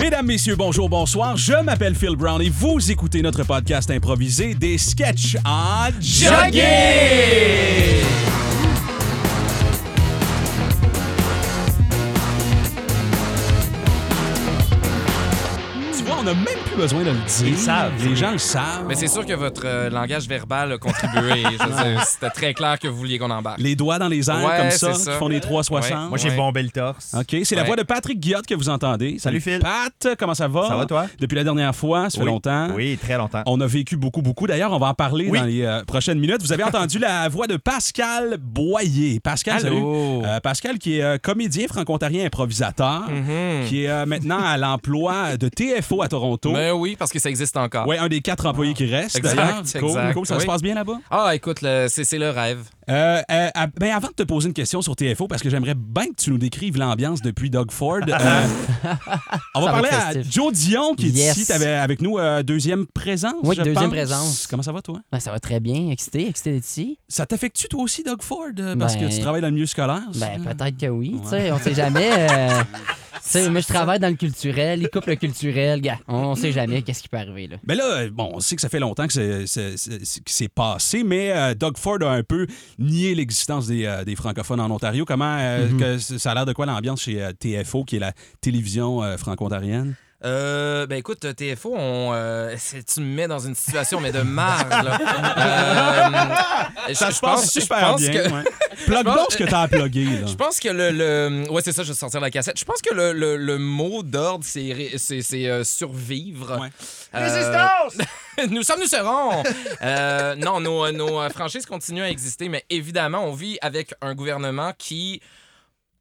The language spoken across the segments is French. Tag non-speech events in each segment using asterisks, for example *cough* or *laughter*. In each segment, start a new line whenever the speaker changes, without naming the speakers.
Mesdames, messieurs, bonjour, bonsoir. Je m'appelle Phil Brown et vous écoutez notre podcast improvisé des sketchs en jogging. Tu vois, on n'a même plus besoin de le dire.
Ils savent.
Les gens le savent.
Mais c'est sûr que votre euh, langage verbal
*laughs*
a contribué. Je veux dire, C'était très clair que vous vouliez qu'on embarque.
Les doigts dans les airs
Ouais,
comme ça,
c'est ça.
qui font des 360.
Hein? Ouais.
Moi, j'ai bombé le torse.
OK, c'est la
Ouais.
voix de Patrick Guillotte que vous entendez.
Salut, Phil.
Pat, comment ça va?
Ça va, toi?
Depuis la dernière fois, ça fait
Oui.
longtemps.
Oui, très longtemps.
On a vécu beaucoup, beaucoup. D'ailleurs, on va en parler
Oui.
dans les euh, prochaines minutes. Vous avez entendu la voix de Pascal Boyer. Pascal,
Allô.
salut. Euh, Pascal, qui est euh, comédien franco-ontarien improvisateur, qui est euh, maintenant à l'emploi de TFO à Toronto.
Mm-hmm. Mais oui, parce que ça existe encore.
Ouais, un des quatre employés qui reste.
Exact,
d'ailleurs.
exact.
Cool, cool. Ça se
Oui.
passe bien là-bas?
Ah, écoute, le- c'est c'est le rêve.
Euh, euh, à- ben, avant de te poser une question sur TFO, parce que j'aimerais bien que tu nous décrives l'ambiance depuis Doug
*laughs*
Ford, euh, on va
Ça va
parler
être
à
festif.
Joe Dion qui est
Yes.
ici. T'avais avec nous euh, deuxième présence.
Oui,
je
deuxième
pense.
présence.
Comment ça va, toi?
Ben, ça va très bien. Excité, excité d'être ici.
Ça t'affecte-tu, toi aussi, Doug Ford, euh, parce
Ben-
que tu travailles dans le milieu scolaire? ça?
Mm.
Ben, peut-être que oui. Tu sais, on sait jamais.
*laughs*
euh, tu sais, moi, je travaille dans le culturel. Il coupe le culturel. Gars, on sait jamais qu'est-ce qui peut arriver, là.
Ben là, euh, bon, on sait que ça fait longtemps que c'est- c'est- c'est c'est- que c'est passé, mais euh, Doug Ford a un peu nié l'existence des, euh, des francophones en Ontario. Comment euh,
Mm-hmm.
que c- ça a l'air de quoi l'ambiance chez euh, TFO, qui est la télévision euh, franco-ontarienne?
Euh, ben écoute, TFO, on, euh, c'est- tu me mets dans une situation, mais de marre,
*laughs*
là. Euh, je- je pense- je pense que- *laughs*
ouais. *laughs* Plug
pense-
donc ce que t'as à plugger, là.
*laughs* Je pense que le. le- Ouais, c'est ça, je vais sortir la cassette. Je pense que le, le- le mot d'ordre, c'est, ré- c'est, c'est, euh, survivre.
Ouais.
Euh, *laughs* nous sommes, nous serons. Euh, non, nos, nos euh, franchises continuent à exister, mais évidemment, on vit avec un gouvernement qui.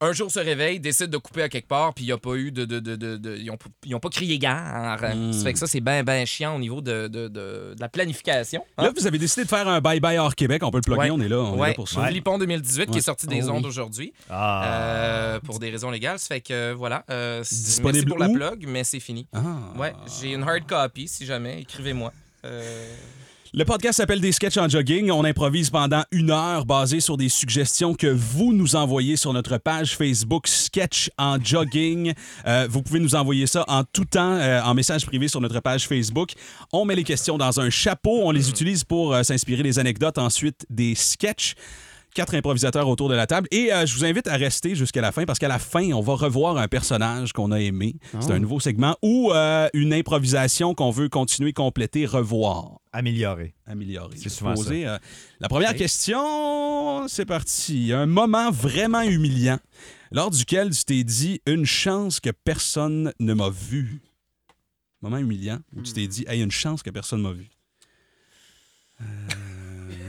Un jour se réveille, décide de couper à quelque part, puis il n'y a pas eu de. de- de- de- de- ils n'ont pas crié gare.
Mm.
Ça fait que ça, c'est ben, ben chiant au niveau de, de- de- de la planification. hein.
Là, vous avez décidé de faire un bye-bye hors Québec. On peut le plugger,
Ouais.
on est là, on est là
Ouais,
pour ça.
Oublie Pont 2018 qui
Ouais.
est sorti des
Oh oui.
ondes aujourd'hui
Ah.
euh, pour des raisons légales. Ça fait que euh, voilà. euh, c'est-
Disponible
merci pour la
où?
plug, mais c'est fini.
Ah.
Ouais, j'ai une hard copy si jamais. Écrivez-moi. Euh,
Le podcast s'appelle Des sketchs en jogging. On improvise pendant une heure basé sur des suggestions que vous nous envoyez sur notre page Facebook Sketch en jogging. Euh, vous pouvez nous envoyer ça en tout temps euh, en message privé sur notre page Facebook. On met les questions dans un chapeau. On les utilise pour euh, s'inspirer des anecdotes, ensuite des sketchs. Quatre improvisateurs autour de la table. Et euh, je vous invite à rester jusqu'à la fin parce qu'à la fin, on va revoir un personnage qu'on a aimé. C'est un nouveau segment ou euh, une improvisation qu'on veut continuer, compléter, revoir
Amélioré.
améliorer.
C'est souvent
Poser, euh, la première question, c'est parti. Un moment vraiment humiliant lors duquel tu t'es dit une chance que personne ne m'a vu. Moment humiliant où tu t'es
Hmm.
dit hey, une chance que personne m'a vu. Euh,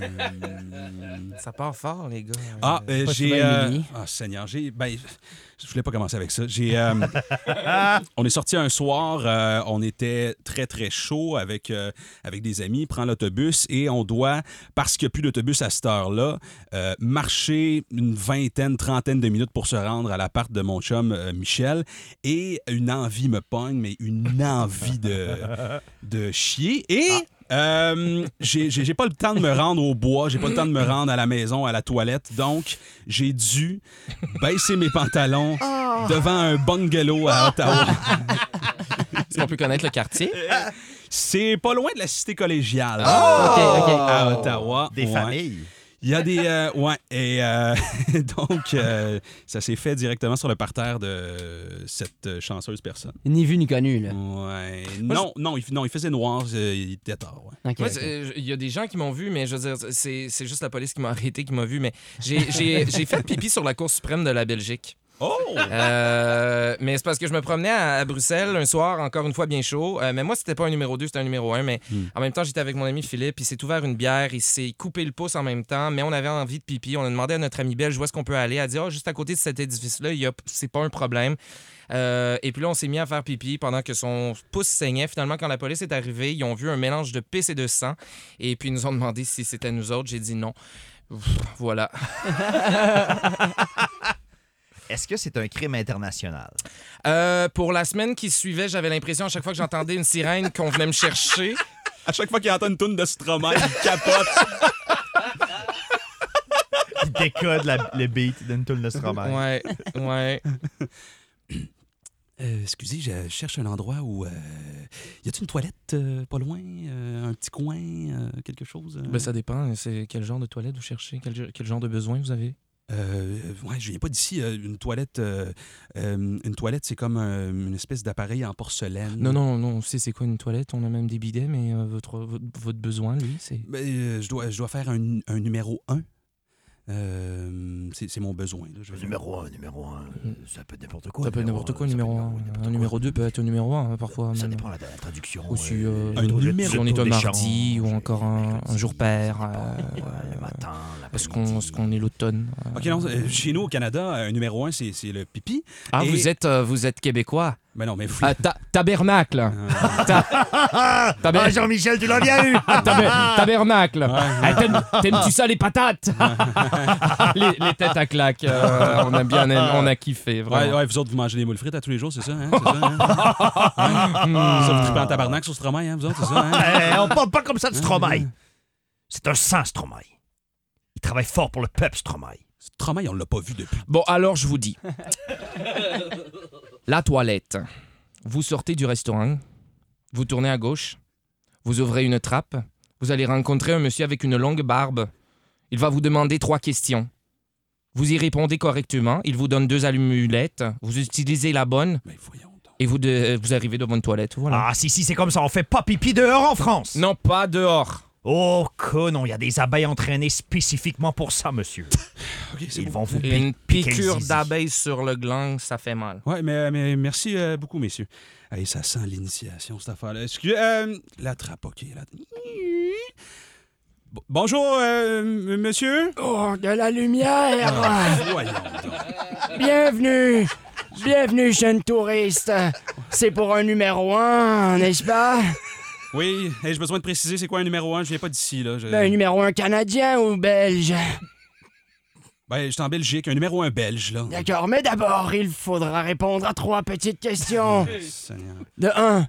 *laughs*
Ça part fort, les gars.
Ah, euh,
pas
j'ai
souvent
euh,
humilié.
ah, Seigneur, j'ai ben je voulais pas commencer avec ça. J'ai
*laughs*
euh, on est sorti un soir, euh, on était très très chaud avec euh, avec des amis, prend l'autobus et on doit parce qu'il n'y a plus d'autobus à cette heure-là, euh, marcher une vingtaine, trentaine de minutes pour se rendre à l'appart de mon chum euh, Michel et une envie me pogne mais une envie de de chier et euh, j'ai j'ai- j'ai pas le temps de me rendre au bois, j'ai pas le temps de me rendre à la maison, à la toilette. Donc, j'ai dû baisser mes pantalons devant un bungalow à Ottawa.
*laughs* Est-ce qu'on peut connaître
*laughs*
le quartier?
C'est pas loin de la cité collégiale.
OK, OK.
À Ottawa.
Des
Ouais.
familles.
Il y a des. euh, ouais. Et euh, *laughs* donc, euh, ça s'est fait directement sur le parterre de cette euh, chanceuse personne.
Ni vu ni connu, là.
Ouais. Non, non, il, non, il faisait noir, euh, il était tard. ouais.
OK,
Moi,
OK.
c'est- euh, il y a des gens qui m'ont vu, mais je veux dire, c'est c'est juste la police qui m'a *laughs* arrêté, qui m'a vu, mais j'ai- j'ai j'ai fait pipi sur la Cour suprême de la Belgique.
Oh!
Euh, mais c'est parce que je me promenais à, à Bruxelles un soir, encore une fois bien chaud. Euh, mais moi, c'était pas un numéro 2, c'était un numéro 1. Mais en même temps, j'étais avec mon ami Philippe. Il s'est ouvert une bière, il s'est coupé le pouce en même temps. Mais on avait envie de pipi. On a demandé à notre ami belge où est-ce qu'on peut aller. Elle a dit Ah, juste à côté de cet édifice-là, il y a- c'est pas un problème. Euh, et puis là, on s'est mis à faire pipi pendant que son pouce saignait. Finalement, quand la police est arrivée, ils ont vu un mélange de pisse et de sang. Et puis, ils nous ont demandé si c'était nous autres. J'ai dit non. Ouf, voilà.
Est-ce que c'est un crime international? *laughs*
Euh, pour la semaine qui suivait, j'avais l'impression à chaque fois que j'entendais une sirène qu'on venait me chercher.
À chaque fois qu'il entend une toune de Stromae, il capote.
Il décode la- le beat d'une toule de Stromae.
Ouais, ouais.
*laughs* Euh, excusez, je cherche un endroit où. euh, y a-t-il une toilette euh, pas loin Euh, Un petit coin euh, Quelque chose euh?
Ben, ça dépend. C'est quel genre de toilette vous cherchez, quel, quel genre de besoin vous avez.
Euh, ouais, je viens pas d'ici. euh, une toilette, euh, euh, une toilette, c'est comme euh, une espèce d'appareil en porcelaine.
Non, non, non, on sait c'est quoi une toilette, on a même des bidets, mais euh, votre, votre, votre besoin, lui, c'est...
Mais, euh, je, dois, je dois faire un, un numéro 1. c'est c'est mon besoin. là, je vais-
Numéro 1, numéro 1, ça peut être n'importe quoi.
Ça peut être n'importe quoi,
un, ça peut
numéro
être
1.
n'importe
Un
quoi.
numéro 2 peut être un numéro 1, parfois.
Ça
même.
dépend de la, de la traduction.
Ou si, euh,
un numéro
Si on est un mardi ou encore un, un jour pair.
Le
euh,
matin,
Est-ce qu'on est, qu'on est l'automne? euh.
Ok, non, euh, chez nous au Canada, un numéro 1, c'est c'est le pipi.
Ah,
et-
vous, êtes, euh, vous êtes québécois?
Mais non, mais vous-
Ah, ta- tabernacle!
Euh,
*laughs*
Ah,
Taber-
ah, Jean-Michel, tu l'as bien
*laughs*
eu!
*laughs*
taber- tabernacle!
ouais.
Ah, t'aimes- T'aimes-tu ça,
*laughs*
les patates? les, les têtes à claque. euh, on a bien aimé- on a kiffé, vraiment.
Ouais, ouais, vous autres, vous mangez des moules frites à tous les jours, c'est ça? Hein? C'est ça, hein? Ouais. Ça, vous tripez en tabarnak sur ce travail, hein, vous autres, c'est ça?
*laughs*
hein?
Eh, on parle pas comme ça de Stromae. C'est un sang, Stromae. Il travaille fort pour le peuple, Stromae.
Ce travail, on l'a pas vu depuis.
Bon, alors je vous dis. La toilette. Vous sortez du restaurant, vous tournez à gauche, vous ouvrez une trappe, vous allez rencontrer un monsieur avec une longue barbe. Il va vous demander trois questions. Vous y répondez correctement, il vous donne deux allumettes, vous utilisez la bonne
Mais voyons donc.
et vous, de- vous arrivez devant une toilette. Voilà.
Ah, si, si, c'est comme ça. On fait pas pipi dehors en France.
Non, pas dehors.
Oh, con, non, il y a des abeilles entraînées spécifiquement pour ça, *laughs* monsieur.
Ok, c'est
Ils
bon.
vont vous *laughs* piquer
Une piqûre
le zizi.
d'abeille sur le gland, ça fait mal.
Ouais, mais, mais merci euh, beaucoup, messieurs. Hey, ça sent l'initiation, cette affaire-là. Excusez, euh, la trappe, OK. la- Bon- Bonjour, euh, m- monsieur.
Oh, de la lumière!
Voyons donc.
Bienvenue! Bienvenue, jeune touriste! C'est pour un numéro un, n'est-ce pas?
Euh.
Oui, hey, j'ai besoin de préciser c'est quoi un numéro 1. Je viens pas d'ici, là. Je...
Ben, un numéro un canadien ou belge?
Ben, je suis en Belgique, un numéro 1 belge, là.
D'accord, mais d'abord, il faudra répondre à trois petites questions.
Seigneur.
De 1.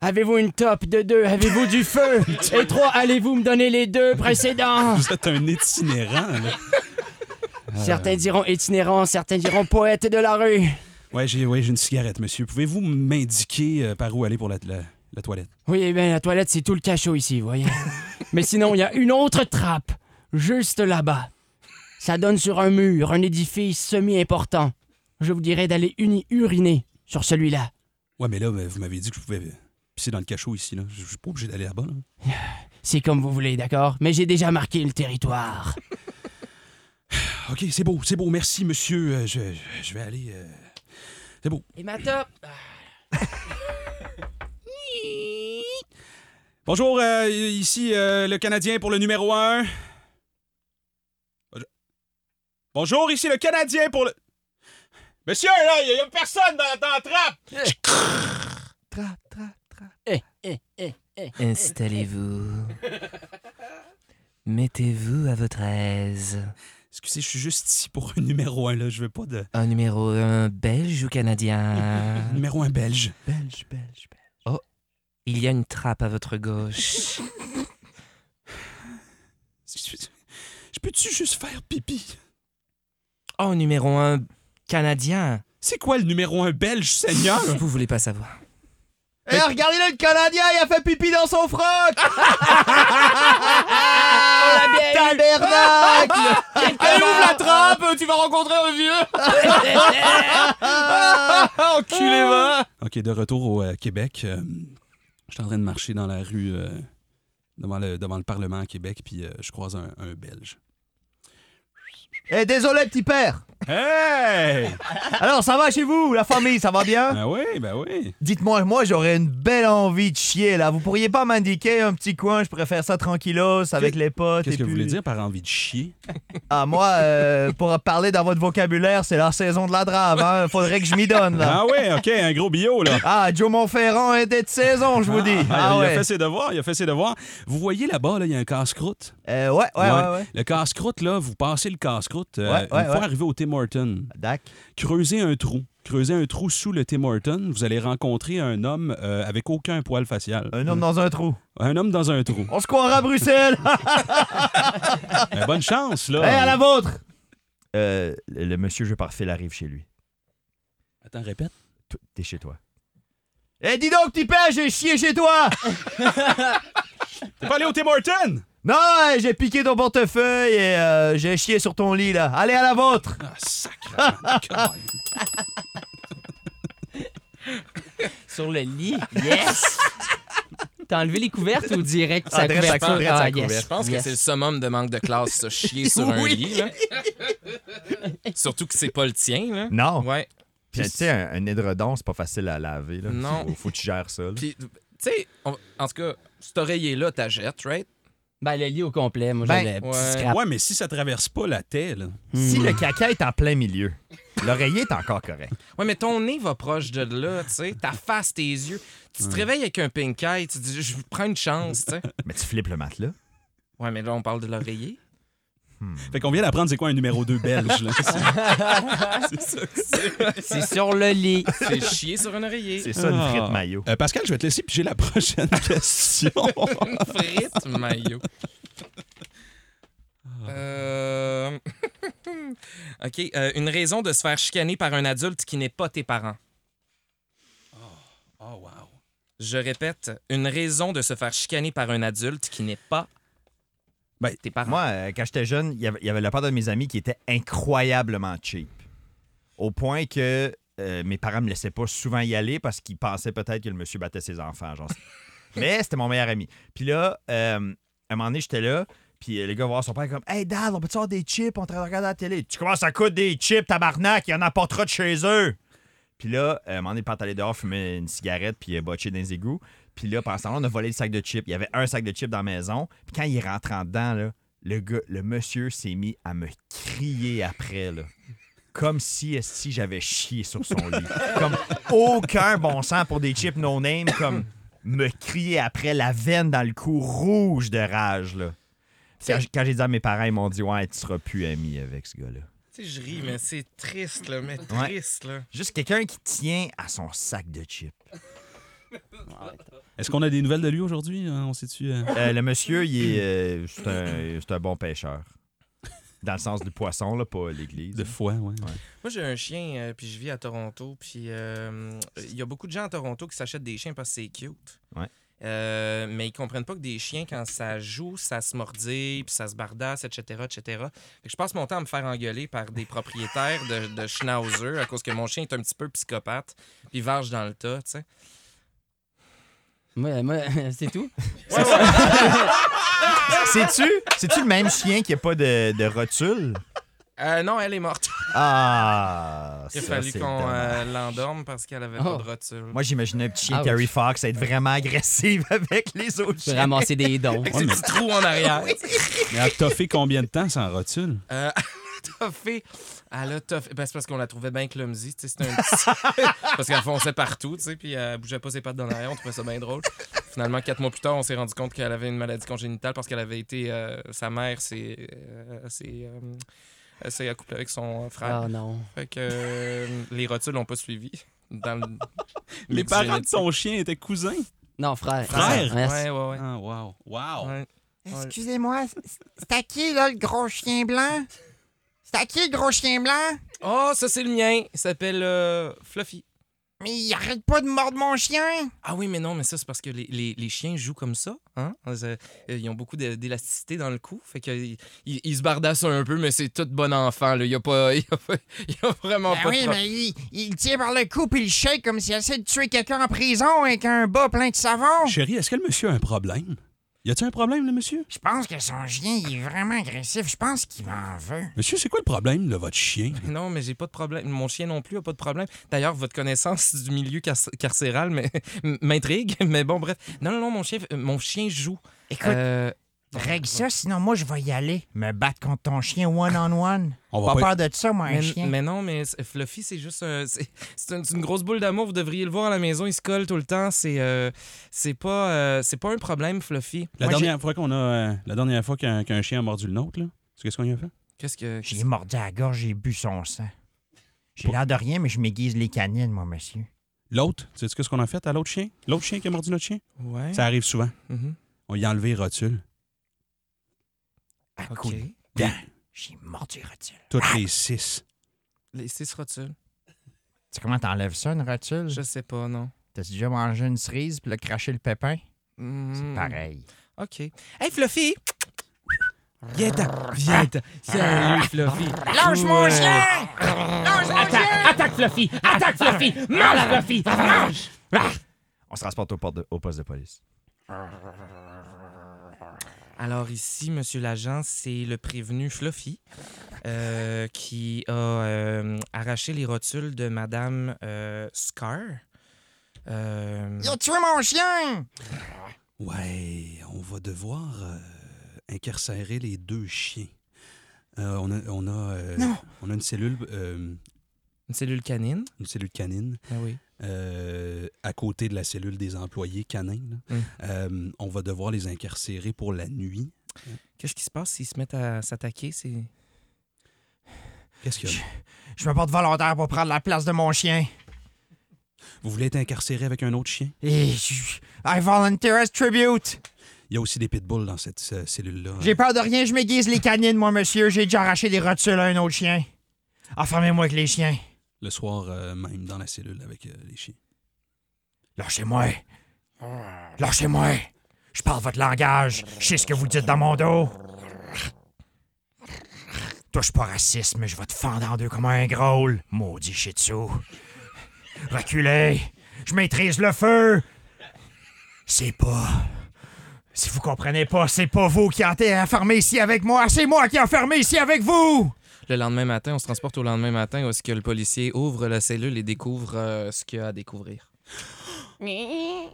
Avez-vous une top? De 2. Avez-vous du feu? Et 3. Allez-vous me donner les deux précédents?
Vous êtes un itinérant, là.
Certains diront itinérant, certains diront poète de la rue.
Ouais, j'ai ouais, j'ai une cigarette, monsieur. Pouvez-vous m'indiquer euh, par où aller pour la, la- la toilette?
Oui, eh bien, la toilette, c'est tout le cachot ici, vous voyez. Mais sinon, il y a une autre trappe, juste là-bas. Ça donne sur un mur, un édifice semi-important. Je vous dirais d'aller uni uriner sur celui-là.
Ouais, mais là, ben, vous m'avez dit que je pouvais euh, pisser dans le cachot ici, là. Je je suis pas obligé d'aller là-bas, là.
C'est comme vous voulez, d'accord Mais j'ai déjà marqué le territoire.
OK, c'est beau, c'est beau. Merci, monsieur. Euh, je, je- je vais aller. euh, C'est beau.
Et ma top
Bonjour, euh, ici euh, le Canadien pour le numéro 1. Bonjour, ici le Canadien pour le. Monsieur, là, il y a personne dans, dans la trappe!
Ah, eh,
Installez-vous. Mettez-vous à votre aise.
Excusez, je suis juste ici pour un numéro 1, là. Je veux pas de.
Un numéro 1 belge ou canadien
Numéro 1 belge.
Belge, belge, belge.
Il y a une trappe à votre gauche.
Je peux-tu juste faire pipi?
Oh, numéro 1 canadien
C'est quoi le numéro 1 belge, Seigneur?
Vous voulez pas savoir.
Eh, regardez-le, le Canadien, il a fait pipi dans son froc!
Ah,
Tabernacle!
Ah, Allez, ouvre la trappe Tu vas rencontrer un vieux
Ah,
Enculé, va
OK, de retour au euh, Québec, euh, je suis en train de marcher dans la rue euh, devant, le, devant le Parlement à Québec, puis euh, je croise un, un Belge.
Eh, désolé, petit père!
Hey!
Alors, ça va chez vous, la famille, ça va bien?
ben oui, ben oui.
*laughs* Dites-moi, moi, j'aurais une belle envie de chier, là. Vous pourriez pas m'indiquer un petit coin? Je préfère ça tranquillos, avec les potes.
Qu'est-ce
et
que vous
puis-
voulez dire par envie de chier?
Ah, moi, *laughs* euh, pour parler dans votre vocabulaire, c'est la saison de la drave, hein. Faudrait que je m'y donne, là.
Ah ouais, OK, un gros bio, là.
Ah, Joe Monferrand était de saison, je vous dis.
Ah, il
Ah,
a
ouais.
fait ses devoirs, il a fait ses devoirs. Vous voyez là-bas, là, il y a un casse-croûte.
Euh, ouais, ouais, ouais, ouais.
Le casse-croûte, là, vous passez le casse-croûte. euh,
Ouais,
une
ouais,
fois
ouais.
arrivé au Tim Hortons,
Dac.
creusez un trou. Creusez un trou sous le Tim Hortons, vous allez rencontrer un homme euh, avec aucun poil facial. Mm.
Un homme dans un trou.
Un homme dans un trou.
On se croira à *laughs* Bruxelles.
Ben, bonne chance,
*laughs*
là.
Hé, à la vôtre. Euh, le, le monsieur, je parfait, il arrive chez lui.
Attends, répète.
t- t'es chez toi. Eh, dis donc, petit père, j'ai chié chez toi!
T'es pas allé au Tim Horton?
Non, hey, j'ai piqué ton portefeuille et euh, j'ai chié sur ton lit, là. Allez à la vôtre!
Ah, sacrément. Quand même.
Sur le lit.
*laughs*
Yes! T'as enlevé les couvertes ou direct sa
Ah, direct sa
couverture?
couverture, direct sa
Ah, yes.
couverture.
Je pense que
Yes.
c'est le summum de manque de classe, ça, *laughs* chier sur un
Oui.
lit. là. Surtout que c'est pas le tien. Là.
Non!
Ouais.
Puis, tu sais, un, un édredon, c'est pas facile à laver, là.
Non.
Faut, faut que tu gères ça, là.
Puis, tu sais, on- en tout cas, cet oreiller-là, t'as jeté, right?
Ben, le lit au complet. Moi,
Ben,
j'avais un petit
ouais.
scrap.
*laughs* Ouais, mais si ça traverse pas la tête, là.
Hmm.
Si le caca est en plein milieu, l'oreiller est encore correct.
Ouais, mais ton nez va proche de là, tu sais. Ta face, tes yeux. Tu te réveilles avec un pink eye, tu dis, je prends une
*laughs*
chance, tu sais.
Mais tu flippes le matelas.
Ouais, mais là, on parle de l'oreiller.
Fait qu'on vient d'apprendre c'est quoi un numéro 2 belge, *laughs* là. C'est ça que c'est.
C'est sur le lit.
C'est chier sur un oreiller.
C'est ça, une
Ah.
frite maillot.
Euh, Pascal, je vais te laisser piger la prochaine *laughs* question.
*laughs* Une frite maillot.
Ah.
Euh... *laughs* OK. euh, une raison de se faire chicaner par un adulte qui n'est pas tes parents.
oh, wow.
Je répète, une raison de se faire chicaner par un adulte qui n'est pas
Ben,
tes parents.
Moi, euh, quand j'étais jeune, il y avait- il y avait la part de mes amis qui était incroyablement cheap. Au point que euh, mes parents me laissaient pas souvent y aller parce qu'ils pensaient peut-être que le monsieur battait ses enfants. genre. Mais c'était mon meilleur ami. Puis là, euh, à un moment donné, j'étais là. Puis euh, le gars va voir son père comme Hey Dad, on peut-tu avoir des chips? On est en train de regarder la télé. Tu commences à coûter des chips, tabarnak, il y en apportera de chez eux. Puis là, euh, à un moment donné, le père est allé dehors fumer une cigarette puis euh, botcher dans les égouts. Puis là, pendant ce temps-là, on a volé le sac de chips. Il y avait un sac de chips dans la maison. Puis quand il est rentré en dedans, là, le, gars, le monsieur s'est mis à me crier après, là. Comme si, si j'avais chié sur son lit. Comme aucun bon sens pour des chips no name, comme me crier après la veine dans le cou rouge de rage, là. Quand, j- quand j'ai dit à mes parents, ils m'ont dit Ouais, tu seras plus ami avec ce gars-là.
Tu sais, je ris, mais c'est triste, là. Mais
Ouais.
triste, là.
Juste quelqu'un qui tient à son sac de chips.
Est-ce qu'on a des nouvelles de lui aujourd'hui? hein? On sait-tu? euh?
Euh, le monsieur, il est, euh, c'est un, c'est un bon pêcheur. Dans le sens du poisson, là, pas l'église.
De fois, ouais.
Moi, j'ai un chien, euh, puis je vis à Toronto. Puis euh, il y a beaucoup de gens à Toronto qui s'achètent des chiens parce que c'est cute.
Ouais.
Euh, mais ils comprennent pas que des chiens, quand ça joue, ça se mordit, puis ça se bardasse, etc., etc. Fait que je passe mon temps à me faire engueuler par des propriétaires de, de schnauzers à cause que mon chien est un petit peu psychopathe, puis varge dans le tas, tu sais.
Moi,
*laughs*
moi, c'est tout.
C'est-tu, c'est-tu le même chien qui a pas de, de rotule?
Euh, non, elle est morte.
Ah!
Il a
ça,
fallu
c'est
qu'on
dommage.
euh, Ah, l'endorme parce qu'elle avait
Oh.
pas de rotule.
Moi, j'imaginais un petit chien
Ouch.
Terry Fox être vraiment *laughs* agressif avec les autres
Je vais
chiens.
ramasser des dons.
C'est du trou en arrière.
Mais elle t'a fait combien de temps sans rotule?
Euh, *laughs* elle a toffé. Elle a toffé. Ben, c'est parce qu'on la trouvait bien clumsy. tu sais, C'était un petit- *laughs* parce qu'elle fonçait partout, tu sais, puis elle bougeait pas ses pattes dans l'arrière. On trouvait ça bien drôle. Finalement, quatre mois plus tard, on s'est rendu compte qu'elle avait une maladie congénitale parce qu'elle avait été. euh, sa mère s'est. euh, s'est, euh, elle s'est accouplée avec son frère.
Ah,
Oh non.
Fait que euh, les rotules n'ont pas suivi. Dans le
Les
mix
parents de
génétique.
son chien étaient cousins?
Non, frère.
Frère?
Yes.
Ouais, ouais, ouais.
Ah, wow. Wow.
Ouais.
Excusez-moi, c'est- c'est à qui, là, le gros chien blanc? C'est à qui, le gros chien blanc?
Oh, ça, c'est le mien. Il s'appelle euh, Fluffy.
Mais il arrête pas de mordre mon chien!
Ah oui, mais non, mais ça, c'est parce que les, les- les chiens jouent comme ça. Hein? Ils, euh, ils ont beaucoup de- d'élasticité dans le cou. Fait qu'ils ils, ils se bardassent un peu, mais c'est tout bon enfant. Là. Il n'y a, pas- *laughs* il y a pas- il y a vraiment
Ben
Ah, pas
oui,
de problème.
mais il, il le tient par le cou puis il le shake comme s'il essayait de tuer quelqu'un en prison avec un bas plein de savon.
Chérie, est-ce que le monsieur a un problème? Y a-t-il un problème, le monsieur?
Je pense que son chien, il est vraiment agressif. Je pense qu'il m'en veut.
Monsieur, c'est quoi le problème de votre chien?
Non, mais j'ai pas de problème. Mon chien non plus a pas de problème. D'ailleurs, votre connaissance *laughs* du milieu carc- carcéral *laughs* mais- m'intrigue. *laughs* Mais bon, bref. Non, non, non, mon chien, euh, mon chien joue.
Écoute,
Euh,
règle ça, sinon moi, je vais y aller. Me battre contre ton chien one-on-one.
*laughs*
On va
Pas,
pas-
peur de ça, moi, un
mais,
chien.
mais non, mais c'est- Fluffy, c'est juste un- c'est c'est une, c'est une grosse boule d'amour. Vous devriez le voir à la maison. Il se colle tout le temps. C'est euh, c'est pas euh, c'est pas un problème, Fluffy.
La,
Moi,
dernière fois qu'on a, euh, la dernière fois qu'un qu'un chien a mordu le nôtre, là, c'est qu'est-ce qu'on y a fait?
Qu'est-ce que
J'ai mordu à la gorge, j'ai bu son sang. J'ai l'air de rien, mais je m'aiguise les canines, moi, monsieur.
L'autre, tu sais ce qu'on a fait à l'autre chien? L'autre chien qui a mordu notre chien?
Ouais.
Ça arrive souvent.
Mhm.
On y a enlevé les rotules.
À
OK.
coup de dents, j'ai mordu, retire.
Toutes les six.
Les six rotules.
Tu sais comment t'enlèves ça, une rotule?
Je sais pas, non.
T'as déjà mangé une cerise puis le craché le pépin?
Hmm.
C'est pareil.
OK. Hey, Fluffy! Viens-t'en, viens-t'en. Salut, Fluffy. Lâche mon chien!
Attaque Fluffy! Attaque Fluffy! Mange Fluffy! Mange!
On se transporte au, port de- au poste de police.
Alors ici, monsieur l'agent, c'est le prévenu Fluffy euh, qui a euh, arraché les rotules de madame euh, Scar. Euh,
Ils ont tué mon chien!
Ouais, on va devoir euh, incarcérer les deux chiens. Euh, on a, on a, euh, on a une cellule, euh,
une cellule canine.
une cellule canine
Ben oui.
euh, à côté de la cellule des employés canins. là.
Mm.
Euh, on va devoir les incarcérer pour la nuit.
Qu'est-ce qui se passe s'ils se mettent à s'attaquer? C'est...
Qu'est-ce que
Je me porte volontaire pour prendre la place de mon chien.
vous voulez être incarcéré avec un autre chien
Et je- I volunteer as tribute.
Il y a aussi des pitbulls dans cette euh, cellule-là.
J'ai peur de rien, je m'aiguise les canines, moi, monsieur. J'ai déjà arraché des rotules à un autre chien. Enfermez-moi avec les chiens.
Le soir euh, même dans la cellule avec euh, les chiens.
Lâchez-moi. Lâchez-moi. Je parle votre langage. Je sais ce que vous dites dans mon dos. Touche pas raciste, mais je vais te fendre en deux comme un grôle. Maudit shih tzu. Reculez. Je maîtrise le feu. C'est pas... Si vous comprenez pas, c'est pas vous qui êtes enfermé ici avec moi, c'est moi qui est enfermé ici avec vous!
Le lendemain matin, on se transporte au lendemain matin où est-ce que le policier ouvre la cellule et découvre euh, ce qu'il y a à découvrir.
Il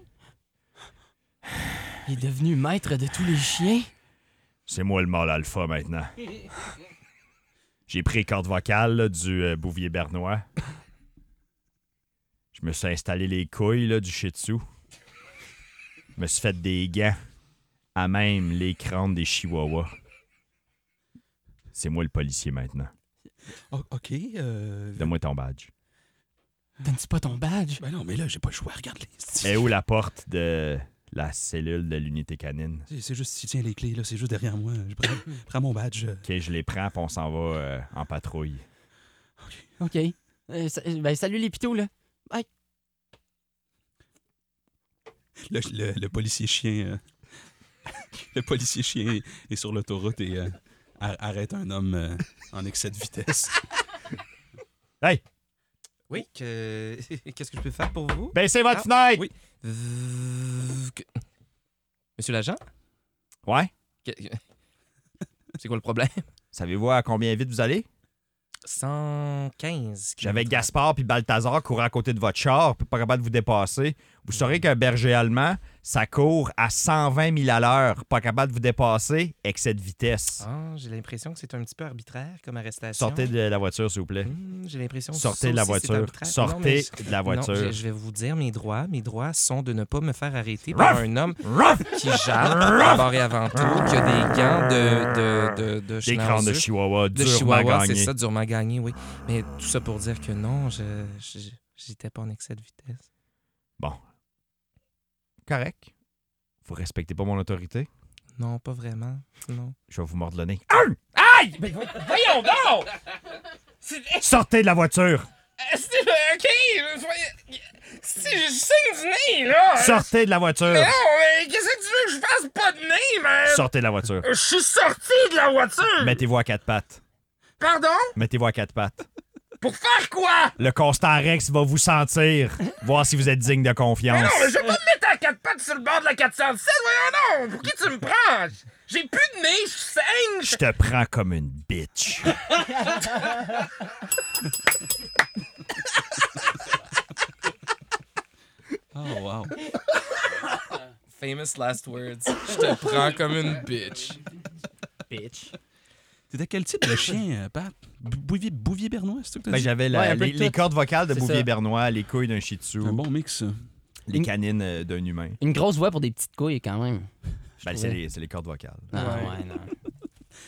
est devenu maître de tous les chiens.
C'est moi le mâle alpha maintenant. J'ai pris corde vocale là, du euh, Bouvier Bernois. Je me suis installé les couilles là, du Shih Tzu. Je me suis fait des gants à même les crânes des Chihuahuas. C'est moi le policier maintenant.
O- Oh, ok. euh,
Donne-moi ton badge.
Donne-tu pas ton
*laughs*
badge?
ben non, mais là, j'ai pas le choix. Regarde les.
Et où la porte de la cellule de l'unité canine?
C'est- C'est juste, tiens les clés, là, c'est juste derrière moi. Je prends, prends mon badge. euh.
Ok, je les prends, puis on s'en va euh, en patrouille.
OK. Euh, sa- ben, salut les pitous, là.
Le, le- le policier chien. euh, *laughs* le policier chien est- est sur l'autoroute et euh, ar- arrête un homme euh, en excès de vitesse.
Oui, que... *laughs* qu'est-ce que je peux faire pour vous?
Baissez votre fenêtre!
oui. Que- Monsieur l'agent?
Ouais?
Que- *laughs* C'est quoi le problème?
Savez-vous à combien vite vous allez?
115.
J'avais Gaspard puis Balthazar courir à côté de votre char, puis pas capable de vous dépasser. Vous
Mm-hmm.
saurez qu'un berger allemand, ça court à 120 000 à l'heure, pas capable de vous dépasser, excès de vitesse.
Ah, j'ai l'impression que c'est un petit peu arbitraire comme arrestation.
Sortez de la voiture, s'il vous plaît.
Hmm, j'ai l'impression que ça
Sortez de la
aussi, c'est
voiture.
arbitraire. Non, mais
Sortez
je-
de la
Non, je,
voiture.
je vais vous dire mes droits. Mes droits sont de ne pas me faire arrêter par
Ruff!
un homme
Ruff!
qui jappe d'abord et avant tout, qui a des gants de... de, de, de
Des crans de
schnauzer.
chihuahua,
De
durement
Chihuahua, c'est
gagnés.
ça, durement gagné, oui. Mais tout ça pour dire que non, je, je- j'étais pas en excès de vitesse.
Bon. Correct. Vous respectez pas mon autorité?
Non, pas vraiment. Non.
Je vais vous mordre le nez. Aïe!
Ben, Voyons donc! Euh,
Sortez de la voiture!
OK! Si je signe du nez, là!
Sortez de la voiture!
mais qu'est-ce que tu veux que je fasse pas de nez, man? Euh,
Sortez de la voiture!
Je suis sorti de la voiture!
Mettez-vous à quatre pattes.
Pardon?
Mettez-vous à quatre pattes.
Pour faire quoi?
Le constant Rex va vous sentir, voir si vous êtes digne de confiance.
je vais pas me mettre à quatre pattes sur le bord de la 407, voyons non! Pour qui tu me prends? J'ai plus de nez, je saigne!
Je te prends comme une bitch.
Oh, wow.
Famous last words. Je te prends comme une bitch.
Bitch.
C'était quel type de chien, euh, Pat? Bou- Bouvier, Bouvier Bernois, c'est ça que t'as
Ben,
dit?
J'avais la-
Ouais, un peu
les,
de
les
tout.
cordes vocales de
C'est
Bouvier
ça.
Bernois, les couilles d'un shih tzu,
un bon mix. ça.
les canines euh, d'un humain.
Une grosse voix pour des petites couilles, quand même.
Ben, c'est les, c'est les cordes vocales.
Ah, ouais, non.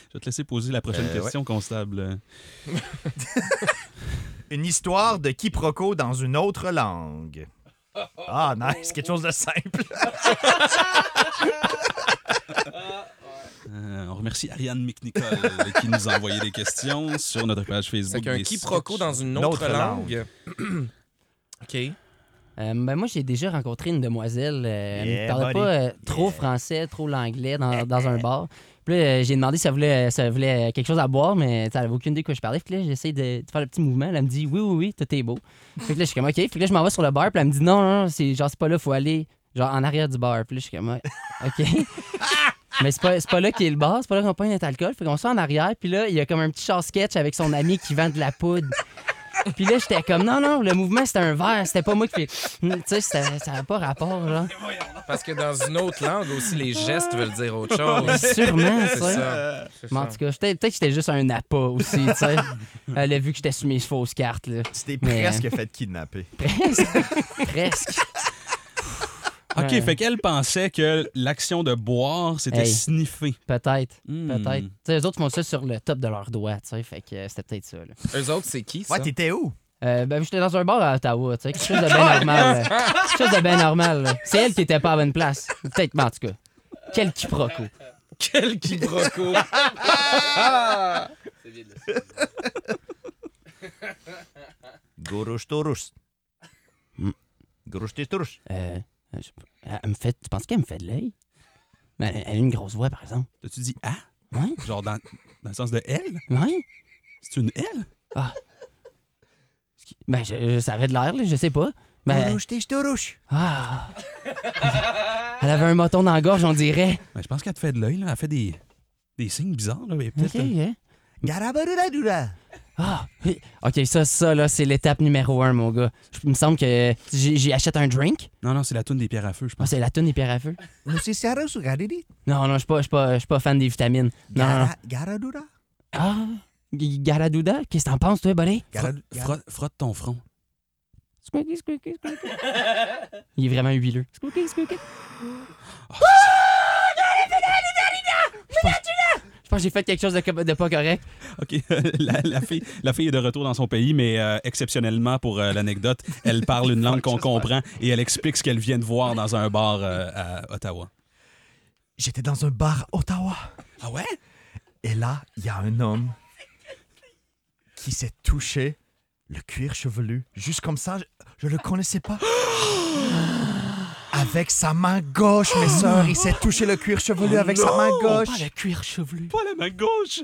Je vais te laisser poser la prochaine
Euh, ouais.
question, constable.
Une histoire de quiproquo dans une autre langue. Ah, nice, quelque chose de simple. *laughs*
Euh, on remercie Ariane McNichol qui nous a envoyé des questions sur notre page Facebook.
C'est qu'un
des
quiproquo
sketchs.
dans une autre,
Notre
langue. *clears throat* OK.
Euh, ben moi, j'ai déjà rencontré une demoiselle. euh, elle
Yeah,
ne parlait
buddy.
pas euh, trop
Yeah.
français, trop
*laughs*
l'anglais dans, dans un bar. Puis là, euh, j'ai demandé si elle voulait, si elle voulait euh, quelque chose à boire, mais tu sais, elle n'avait aucune idée de quoi je parlais. Puis là, j'essaie de, de faire le petit mouvement. Elle me dit oui, oui, oui, tout est beau. Puis là, je suis comme OK. Puis là, je m'en vais sur le bar. Puis elle me dit non, non, non, c'est, genre, c'est pas là, faut aller genre en arrière du bar. Puis là, je suis comme
*laughs*
OK. Mais c'est pas, c'est pas là qu'il est le bar, c'est pas là qu'on pogne notre alcool. Fait qu'on soit en arrière, puis là, il y a comme un petit char sketch avec son ami qui vend de la poudre. Puis là, j'étais comme, non, non, le mouvement, c'était un verre, c'était pas moi qui fais. Hmm, Tu sais, ça ça a pas rapport,
*laughs*
genre.
Parce que dans une autre langue aussi, les gestes veulent dire autre chose.
Sûrement,
C'est
tu sais.
ça. C'est
Mais hein, en
ça.
tout cas, j'étais- peut-être que j'étais juste un appât aussi,
*laughs*
tu sais. Elle a vu que j'étais sur mes fausses cartes, là.
Tu t'es
Mais-
presque fait kidnapper.
Presque. Presque.
OK,
Ouais.
fait qu'elle pensait que l'action de boire, c'était
Hey.
sniffer.
Peut-être.
Hmm.
Peut-être. Tu sais, eux autres font ça sur le top de leurs doigts, tu sais. Fait que euh, c'était peut-être ça, là.
Eux autres, c'est qui, ça? *laughs*
Ouais, t'étais où?
Euh, ben, j'étais dans un bar à Ottawa, tu sais, quelque chose de bien normal. là. Quelque chose de bien normal. là. C'est elle qui était pas à bonne place. Peut-être, mais en tout cas. Quel quiproquo.
Quel quiproquo!
Gourouche tourouche.
Mm.
Gourouche tourouche.
Euh, je sais pas. elle me fait, tu penses qu'elle me fait de l'œil? Mais Elle, elle a une grosse voix, par exemple.
T'as-tu dit ah?
Ouais.
Genre dans, dans le sens de elle?
Ouais?
C'est une elle?
Ben, je, je- ça avait de l'air, là, je sais pas. Ben,
Touche tes tourouches.
ah. *laughs* Elle avait un moton dans la gorge, on dirait.
Ben, je pense qu'elle te fait de l'œil, là. Elle fait des, des signes bizarres, là. mais peut-être, euh,
OK, hein?
Garabarudadoula.
Ah, oui. OK, ça, ça, là, c'est l'étape numéro un, mon gars. Je- Il me semble que j'ai j'ai acheté un drink.
euh, Non, non, c'est la toune des pierres à feu, je
Ah,
pense.
c'est la toune hyper à feu.
Nous c'est Sarah sous Garidi.
Non, non, je suis pas, je suis pas, je suis pas fan des vitamines. Non, non, non.
Garadura.
Ah, G- Galadouda, qu'est-ce que t'en penses, toi, buddy?
Frotte, frotte- frotte ton front.
Squeaky, squeaky, squeaky. Il est vraiment huileux. Ah! Squeaky, squeaky. Je pense que j'ai fait quelque chose de, co- de pas correct.
OK, *laughs* la, la fille, la fille est de retour dans son pays, mais euh, exceptionnellement pour euh, l'anecdote, elle parle une langue qu'on comprend et elle explique ce qu'elle vient de voir dans un bar euh, à Ottawa.
J'étais dans un bar à Ottawa.
Ah ouais?
Et là, il y a un homme qui s'est touché le cuir chevelu. Juste comme ça, je, je le connaissais pas. Avec sa main gauche, mes sœurs, il s'est touché le cuir chevelu avec sa main
Pas
gauche.
le cuir chevelu.
Pas la main gauche!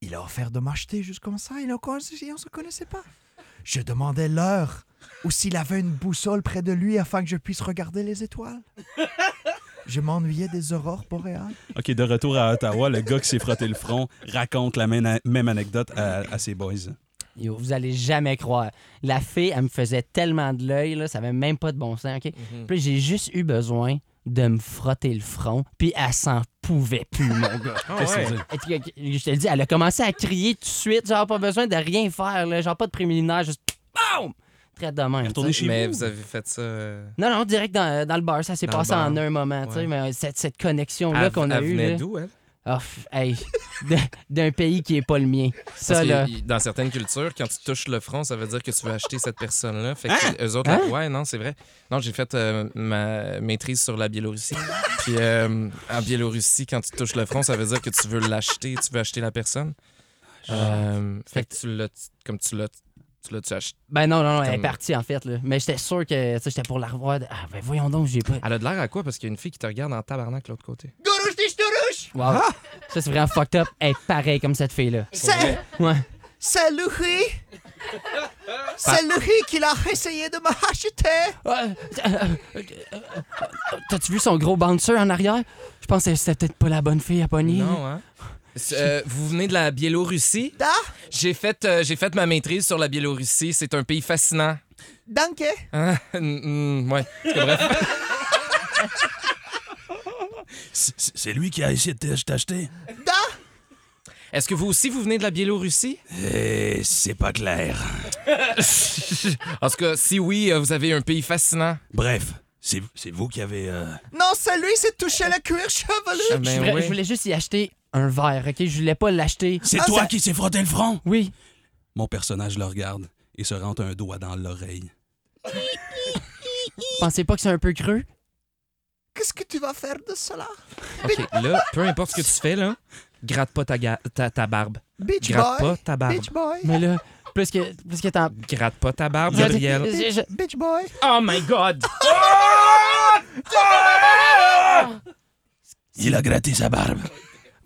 Il a offert de m'acheter juste comme ça, il a connaissait- on se connaissait pas. Je demandais l'heure ou s'il avait une boussole près de lui afin que je puisse regarder les étoiles. Je m'ennuyais des aurores boréales.
OK, de retour à Ottawa, le gars qui s'est frotté le front raconte la même, même anecdote à, à ses boys.
Yo, vous allez jamais croire. La fille, elle me faisait tellement de l'œil, là, ça avait même pas de bon sens, OK?
Mhm.
Puis j'ai juste eu besoin de me frotter le front, puis elle s'en pouvait plus,
*laughs*
mon gars.
Ah
Qu'est-ce que
ouais.
ça veut dire?
Et puis, Je te le dis, elle a commencé à crier tout de suite, genre pas besoin de rien faire, là, genre pas de préliminaire, juste BOUM! Très de même.
Retournez
tu sais.
chez
Mais
vous.
vous avez fait ça euh,
Non, non, direct dans, dans le bar, ça s'est
Dans le
passé
bar.
en un moment, tu
Ouais.
sais, mais cette, cette connexion-là
elle-
qu'on a
elle
eue,
venait
là,
d'où, elle?
oh, pff, hey, *laughs* de- d'un pays qui est pas le mien. Ça,
Parce que
là,
il- dans certaines cultures, quand tu touches le front, ça veut dire que tu veux acheter cette personne-là. Fait que eux autres,
Hein?
ouais, non, c'est vrai. Non, j'ai fait euh, ma maîtrise sur la
*laughs*
Biélorussie. Puis euh, en Biélorussie, quand tu touches le front, ça veut dire que tu veux l'acheter, tu veux acheter la personne.
Ah,
Euh, fait que tu l'as, comme tu l'as, tu l'as, tu acheté.
ben non, non, non, elle est
Comme-
partie, en fait, là. Mais j'étais sûr que, tu sais, j'étais pour la revoir. de- Ah, ben voyons donc, j'ai pas...
Elle a de l'air à quoi? Parce qu'il y a une fille qui te regarde en tabarnak de l'autre côté.
Gourouche tes tourouches.
Wow. Ça, c'est vraiment fucked up. Elle est pareille comme
*laughs*
cette fille-là.
C'est.
Ouais.
C'est Louis. C'est Louis qui l'a essayé de m'acheter.
Ah, euh, euh, euh, T'as-tu vu son gros bouncer en arrière? Je pense que c'était peut-être pas la bonne fille à pogner.
Non, hein? C'est,
*laughs*
euh, vous venez de la Biélorussie?
Ah!
Da.
J'ai fait, euh, j'ai fait ma maîtrise sur la Biélorussie. C'est un pays fascinant.
Danke.
Hein? *laughs* Mm, mm, ouais.
C'est- C'est c'est lui qui a essayé de t'ach- t'acheter?
Da.
Est-ce que vous aussi, vous venez de la Biélorussie?
Eh, c'est pas clair.
En tout cas, si oui, euh, vous avez un pays fascinant.
Bref, c'est c'est vous qui avez... euh,
Non, c'est lui qui s'est touché le cuir chevelu.
Je,
Ben
voulais,
oui.
je voulais juste y acheter un verre, OK? Je voulais pas l'acheter.
C'est
Ah,
toi
ça-
qui s'est frotté le front!
Oui.
Mon personnage le regarde et se rentre un doigt dans l'oreille.
Pensez pas que c'est un peu creux?
Qu'est-ce que tu vas faire de cela?
OK, là, peu importe ce que tu fais, là, gratte pas ta, ga- ta, ta barbe.
Beach
Gratte
boy.
pas ta barbe.
Beach boy.
Ah. Mais là, Plus que, plus que t'en.
Gratte pas ta barbe, Gabriel.
Je- je-
Bitch boy.
Oh my god!
Il a gratté sa barbe.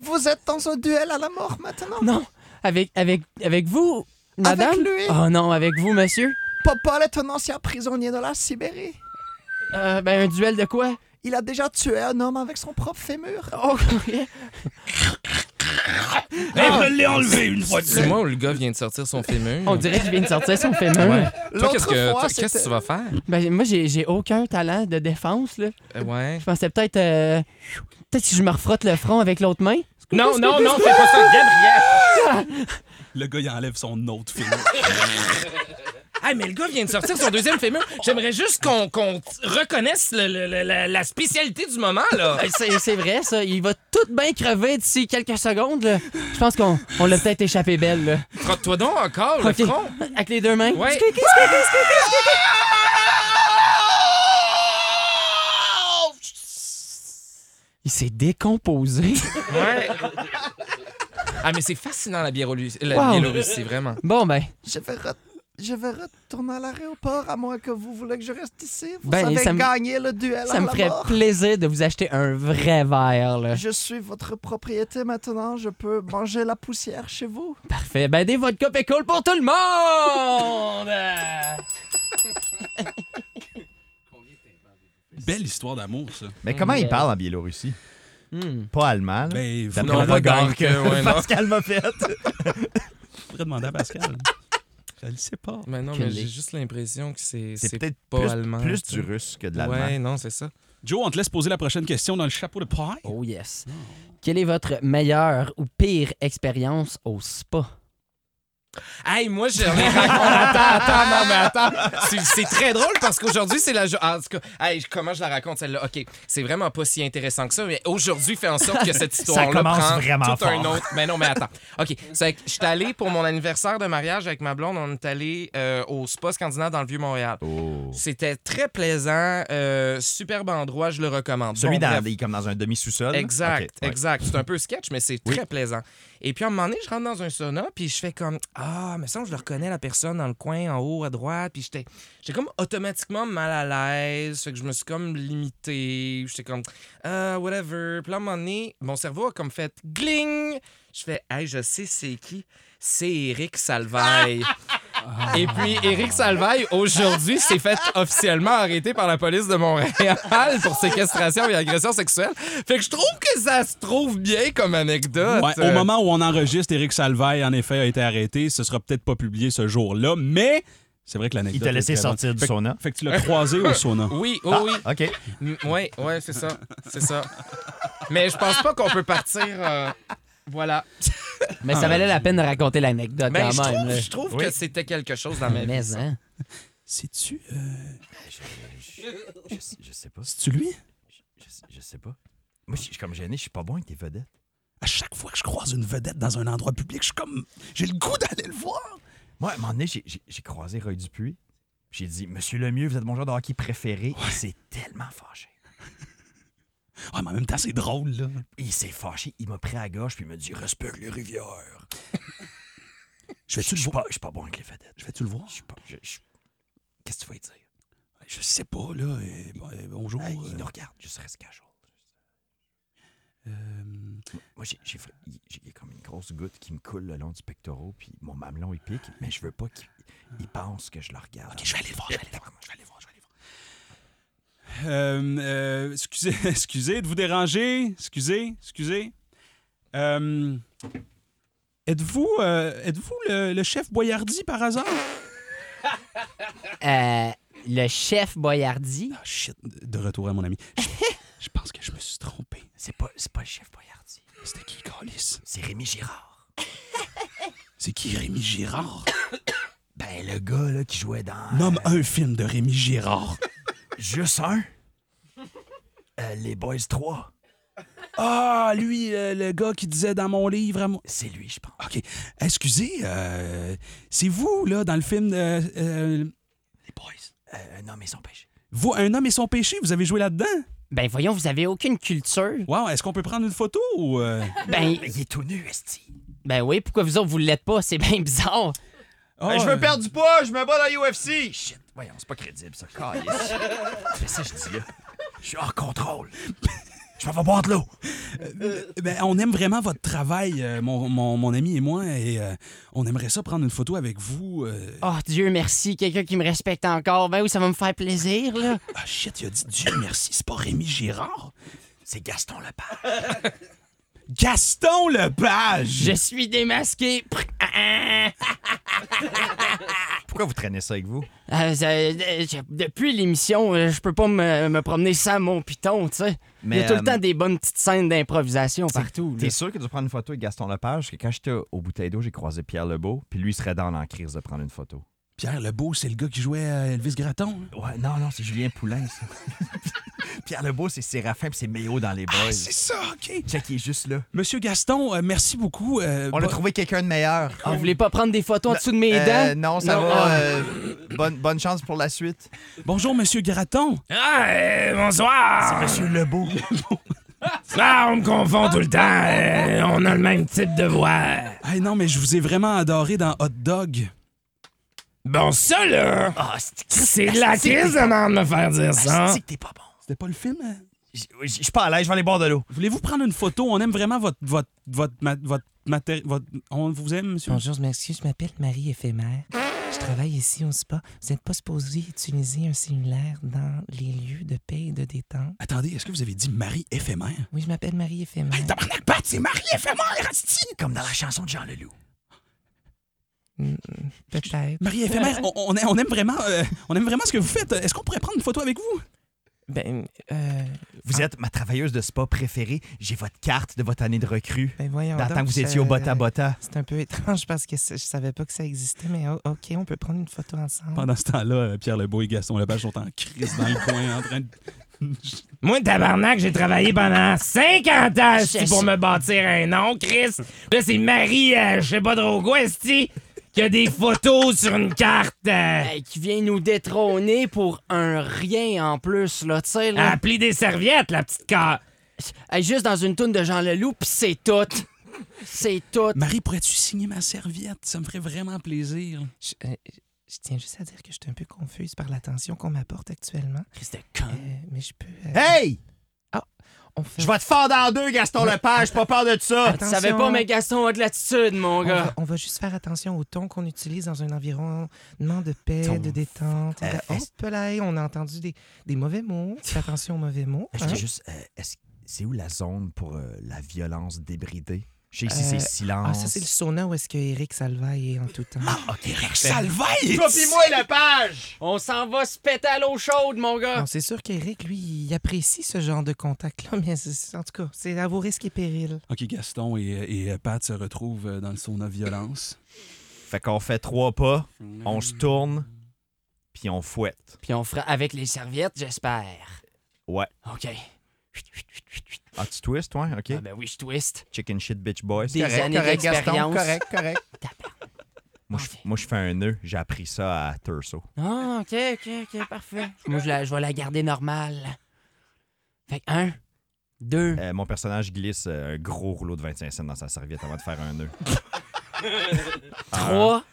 Vous êtes dans un duel à la mort maintenant.
Non, avec, avec, avec vous, madame?
lui.
Oh non, avec vous, monsieur?
Papa est un ancien prisonnier de la Sibérie.
Euh, ben, un duel
*laughs*
de quoi?
Il a déjà tué un homme avec son propre fémur.
Oh, ok.
Eh, je l'ai enlevé une fois de
C'est moi où le gars vient de sortir son fémur.
on dirait qu'il vient de sortir son fémur.
Ouais. Toi,
L'autre
qu'est-ce que,
fois,
toi, qu'est-ce que tu vas faire?
Ben, moi, j'ai j'ai aucun talent de défense, là.
Euh, ouais.
Je pensais peut-être. euh, peut-être si je me refrotte le front avec l'autre main.
Non, non, non, fais pas ça, Gabriel!
Le gars, il enlève son autre
*laughs*
film.
Ah, mais le gars vient de sortir son deuxième fémur. J'aimerais juste qu'on qu'on reconnaisse le- le- le- la, la spécialité du moment, là.
Euh, C'est c'est vrai, ça. Il va tout bien crever d'ici quelques secondes, là. Je pense qu'on on l'a peut-être échappé belle, là.
Frotte-toi donc encore le
Ok.
front.
Avec les deux mains.
Ouais.
Il s'est décomposé.
Ouais. Ah, mais c'est fascinant, la Biélorussie, la
Wow.
Biélorussie vraiment.
Bon, ben.
Je vais, re- je vais retourner à l'aéroport, à moins que vous voulez que je reste ici. Vous
Ben,
avez
ça me-
gagné le duel à
Ça me
la
ferait
mort.
plaisir de vous acheter un vrai verre, là.
Je suis votre propriété maintenant. Je peux manger la poussière chez vous.
Parfait. Ben, des vodka pécole pour tout le monde!
Belle histoire d'amour, ça.
Mais comment il parle en Biélorussie? Pas allemand.
Ben,
Ça
faut
me
qu'on
fait
va
peur.
gagner.
donc, euh,
*laughs*
ouais, non.
Pascal m'a fait.
faudrait demander à Pascal.
*laughs*
Je le sais pas.
Mais non, mais
Quel est-
j'ai juste l'impression que c'est
C'est peut-être
pas
plus,
allemand.
plus
tu
du
sais.
russe que de l'allemand.
Ouais, non, c'est ça.
Joe, on te laisse poser la prochaine question dans le chapeau de paille.
Oh yes. Quelle est votre meilleure ou pire expérience au spa?
Hey, moi, je l'ai raconté. Attends, attends, non, mais attends. C'est- C'est très drôle parce qu'aujourd'hui, c'est la. jo- Ah, en tout cas, hey, je- comment je la raconte, celle-là? OK, c'est vraiment pas si intéressant que ça, mais aujourd'hui, fait en sorte que cette histoire-là
commence
prend
vraiment
tout un
fort.
autre. Mais non, mais attends. OK, c'est que je suis allé pour mon anniversaire de mariage avec ma blonde. On est allé euh, au Spa Scandinave dans le Vieux-Montréal.
Oh.
C'était très plaisant. euh, superbe endroit, je le recommande.
Celui
Bon,
dans,
bref.
il est comme dans un demi-sous-sol.
Exact,
Ok, ouais.
exact. C'est un peu sketch, mais c'est
Oui.
très plaisant. Et puis, à un moment donné, je rentre dans un sauna, puis je fais comme Ah, mais ça, je le reconnais, la personne dans le coin, en haut, à droite. Puis j'étais j'étais comme automatiquement mal à l'aise. Fait que je me suis comme limité. J'étais comme Ah, whatever. Puis là, à un moment donné, mon cerveau a comme fait gling. Je fais Hey, je sais c'est qui. C'est Eric Salvaille.
Ah.
Et puis, Éric Salvaille, aujourd'hui, s'est fait officiellement arrêter par la police de Montréal pour séquestration et agression sexuelle. Fait que je trouve que ça se trouve bien comme anecdote.
Ouais,
euh,
au moment où on enregistre, Eric Salvaille, en effet, a été arrêté. Ce sera peut-être pas publié ce jour-là, mais c'est vrai que l'anecdote.
Il t'a laissé
est très bonne.
sortir du
Fait que-
sauna.
Fait que tu l'as croisé au
*laughs*
sauna.
Oui, oui, oui.
OK.
Mm, Ouais, ouais, c'est ça. C'est ça. Mais je pense pas qu'on peut partir. euh, Voilà.
Mais ça valait la peine de raconter l'anecdote
Mais Ben, je
quand même.
trouve,
là.
je trouve
Oui.
que c'était quelque chose dans ma vie.
Mais, hein?
C'est-tu
Je, je sais pas.
c'est-tu euh, lui?
Je, je sais pas. Moi, je je suis comme gêné. Je suis pas bon avec des vedettes.
À chaque fois que je croise une vedette dans un endroit public, je suis comme. J'ai le goût d'aller le voir.
Moi, à un moment donné, j'ai- j'ai j'ai croisé Roy Dupuis. J'ai dit, Monsieur Lemieux, vous êtes mon joueur de hockey préféré. Il s'est tellement fâché.
Ah, mais en même temps, c'est drôle, là.
Il s'est fâché. Il m'a pris à gauche puis il m'a dit, respecte les rivières. *laughs*
Je vais-tu le
suis
voir?
pas, je suis pas bon avec les vedettes.
Je vais-tu le voir?
Je suis pas. je- je- Qu'est-ce que tu vas lui dire?
Je sais pas, là. Euh, bon, euh, bonjour.
Hey, il
euh,
nous regarde, je serais casual.
euh,
Moi, j'ai j'ai fra- il- j'ai- il y a comme une grosse goutte qui me coule le long du pectoral, puis mon mamelon, il pique, mais je veux pas qu'il il pense que je le regarde.
Ok, je vais aller le voir, je vais aller le voir, je vais aller le voir, je vais aller le voir. Euh, euh, excusez, *laughs* excusez de vous déranger. Excusez, excusez. Euh, êtes-vous euh, êtes-vous le, le chef Boyardi par hasard?
Euh, le chef Boyardi.
Ah, shit, de retour à mon ami. *laughs* Je, je pense que je me suis trompé.
C'est pas, c'est pas le chef Boyardi,
C'était qui, Carlis?
c'est Rémi Girard.
C'est qui Rémi Girard?
Ben, le gars là, qui jouait dans.
Nomme un film de Rémi Girard.
Juste
*laughs*
un. Euh, les Boys 3.
*laughs* Ah, lui, euh, le gars qui disait dans mon livre à moi.
C'est lui, je pense.
OK. Excusez, euh, c'est vous, là, dans le film euh, euh,
Les Boys. Euh, non, mais ils sont pêchés.
Vous, un homme et son péché, vous avez joué là-dedans?
Ben voyons, vous avez aucune culture.
Wow, est-ce qu'on peut prendre une photo ou.
*laughs*
euh?
Ben,
Mais il est tout nu, Esti.
ben oui, pourquoi vous autres vous l'êtes pas? C'est bien bizarre.
Ah,
Hey, je veux
euh,
perdre du poids, je me bats dans UFC. Shit, voyons, c'est pas crédible ça. Calice. *laughs* Qu'est-ce que je dis là? Je suis
*laughs*
hors contrôle. Je m'en vais boire de l'eau.
Ben, on aime vraiment votre travail, euh, mon, mon- mon ami et moi, et euh, on aimerait ça prendre une photo avec vous. euh.
Oh Dieu merci, quelqu'un qui me respecte encore. Ben oui, ça va me faire plaisir, là.
Ah, shit, il a dit Dieu merci, c'est pas Rémi Girard,
C'est Gaston Lepage.
*laughs* Gaston Lepage!
Je suis démasqué.
Pourquoi vous traînez ça avec vous?
Euh, ça- euh, je- depuis l'émission, euh, je peux pas me, me promener sans mon piton, tu sais. Il y
Mais,
a tout
euh,
le temps des bonnes petites scènes d'improvisation partout. là.
T'es sûr que tu prendre une photo avec Gaston Lepage? Parce que quand j'étais au bouteille d'eau, j'ai croisé Pierre Lebeau, puis lui il serait dans l'encrise de prendre une photo.
Pierre Lebeau, c'est le gars qui jouait à Elvis Gratton. hein?
Ouais, non, non, c'est Julien Poulain, ça. *laughs* Pierre Lebeau, c'est Séraphin, puis c'est Méo dans les
Ah,
boys.
C'est ça, OK.
Check, il est juste là.
Monsieur Gaston, euh, merci beaucoup. euh,
On a
bo-
trouvé quelqu'un de meilleur.
Ah, Vous voulez pas prendre des photos en dessous de mes
Euh,
dents?
non, ça
Non.
va.
Ah.
euh, bonne, bonne chance pour la suite.
Bonjour, Monsieur Gratton.
Ah, euh, bonsoir! C'est Monsieur Lebeau. Ah, on me confond tout le temps. euh, on a le même type de voix.
Hey, non, mais je vous ai vraiment adoré dans Hot Dog.
Bon, ça, là,
Ah, c'est Ah,
c'est de la crise de merde de me faire dire ça.
que t'es pas bon.
C'était pas le film? hein?
Je suis pas à l'aise, je vais aller boire de l'eau.
Voulez-vous prendre une photo? On aime vraiment votre... votre, votre, ma- votre, maté- votre- on vous aime, monsieur.
Bonjour, je m'excuse, je m'appelle Marie Éphémère. Je travaille ici au spa. Vous n'êtes pas supposé utiliser un cellulaire dans les lieux de paix et de détente.
Attendez, est-ce que vous avez dit Marie éphémère?
Oui, je m'appelle Marie Éphémère.
Tabarnak, Pat, c'est Marie éphémère, asti!
Comme dans la chanson de Jean Leloup.
Mm,
*laughs*
Peut-être.
Marie éphémère, on, on, on aime vraiment, euh, on aime vraiment ce que vous faites. Est-ce qu'on pourrait prendre une photo avec vous?
Ben, euh,
Vous êtes ma travailleuse de spa préférée. J'ai votre carte de votre année de recrue.
ben voyons.
Dans le temps
donc,
que vous
je-
étiez au bota bota.
C'est un peu étrange parce que c'est- je savais pas que ça existait, mais o- OK, on peut prendre une photo ensemble.
Pendant ce temps-là, euh, Pierre Lebeau et Gaston Lepage sont en crise dans le coin en train de...
Moi, tabarnak, j'ai travaillé pendant 50 ans esti, pour me bâtir un nom, Chris. Là, c'est Marie, euh, je sais pas trop quoi, esti, qui a des photos sur une carte. euh,
Ah, Hey, qui vient nous détrôner pour un rien en plus, là, tu sais,
à
là.
pli Ah, des serviettes, la petite carte.
Hey, juste dans une toune de Jean Leloup, pis c'est tout. C'est tout.
Marie, pourrais-tu signer ma serviette? Ça me ferait vraiment plaisir.
Je, euh, je tiens juste à dire que je suis un peu confuse par l'attention qu'on m'apporte actuellement.
Christ de con.
Euh, mais je peux. euh,
Hey!
on fait.
Je vais te fendre en deux, Gaston Lepage. Pas peur de
*laughs* Hein?
ça.
Tu savais
Attention.
pas, mais Gaston a de l'attitude, mon
On
gars.
va, on va juste faire attention au ton qu'on utilise dans un environnement de paix, de détente.
Euh,
on,
est-ce-
peut l'aider, on a entendu des, des mauvais mots. Fais attention aux mauvais mots.
Est-ce
hein.
que juste, euh, est-ce- c'est où la zone pour euh, la violence débridée? Je sais ici,
Euh,
c'est silence.
Ah, ça, c'est le sauna où est-ce que Eric Salvaille est en tout temps.
Ah!
Salvaille!
On s'en va se péter à l'eau chaude, mon gars.
Bon, c'est sûr qu'Eric, lui, il apprécie ce genre de contact-là, *laughs* mais c'est- en tout cas, c'est à vos risques et périls.
OK, Gaston et, et, euh, Pat se retrouvent euh, dans le sauna violence.
Fait qu'on fait trois pas, on se tourne, puis on fouette.
Puis on fera avec les serviettes, j'espère.
Ouais.
OK.
Ah, tu twists, toi? OK.
Ah ben oui, je twist.
Chicken shit, bitch boy. C'est
Des années d'expérience.
correct, correct. moi, je, moi, je fais un nœud. J'ai appris ça à Turso.
Ah, OK, OK, OK, parfait. *laughs* Moi, je, la- je vais la garder normale. Fait que un, deux,
Euh, mon personnage glisse euh, un gros rouleau de 25 cents dans sa serviette avant de faire un nœud.
trois.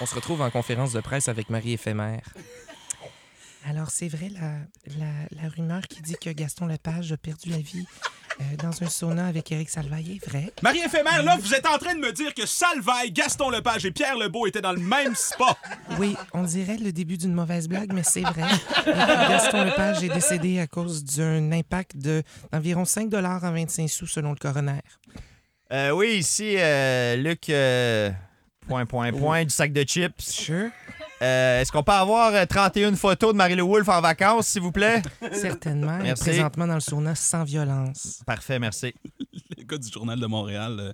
On se retrouve en conférence de presse avec Marie Éphémère. Alors, c'est vrai, la, la- la rumeur qui dit que Gaston Lepage a perdu la vie euh, dans un sauna avec Eric Salvaille est vraie.
Marie éphémère, là, vous êtes en train de me dire que Salvaille, Gaston Lepage et Pierre Lebeau étaient dans le même spot. *laughs*
Oui, on dirait le début d'une mauvaise blague, mais c'est vrai. Et puis Gaston Lepage est décédé à cause d'un impact de- d'environ 5 en 25 sous selon le coroner.
Euh, oui, ici, euh, Luc, euh, point, point, point, du sac de chips.
Sure.
Euh, Est-ce qu'on peut avoir euh, 31 photos de Marie-Lou Wolfe en vacances, s'il vous plaît?
Certainement. et
Merci.
Présentement dans le sauna sans violence.
Parfait, merci.
Le gars du Journal de Montréal euh,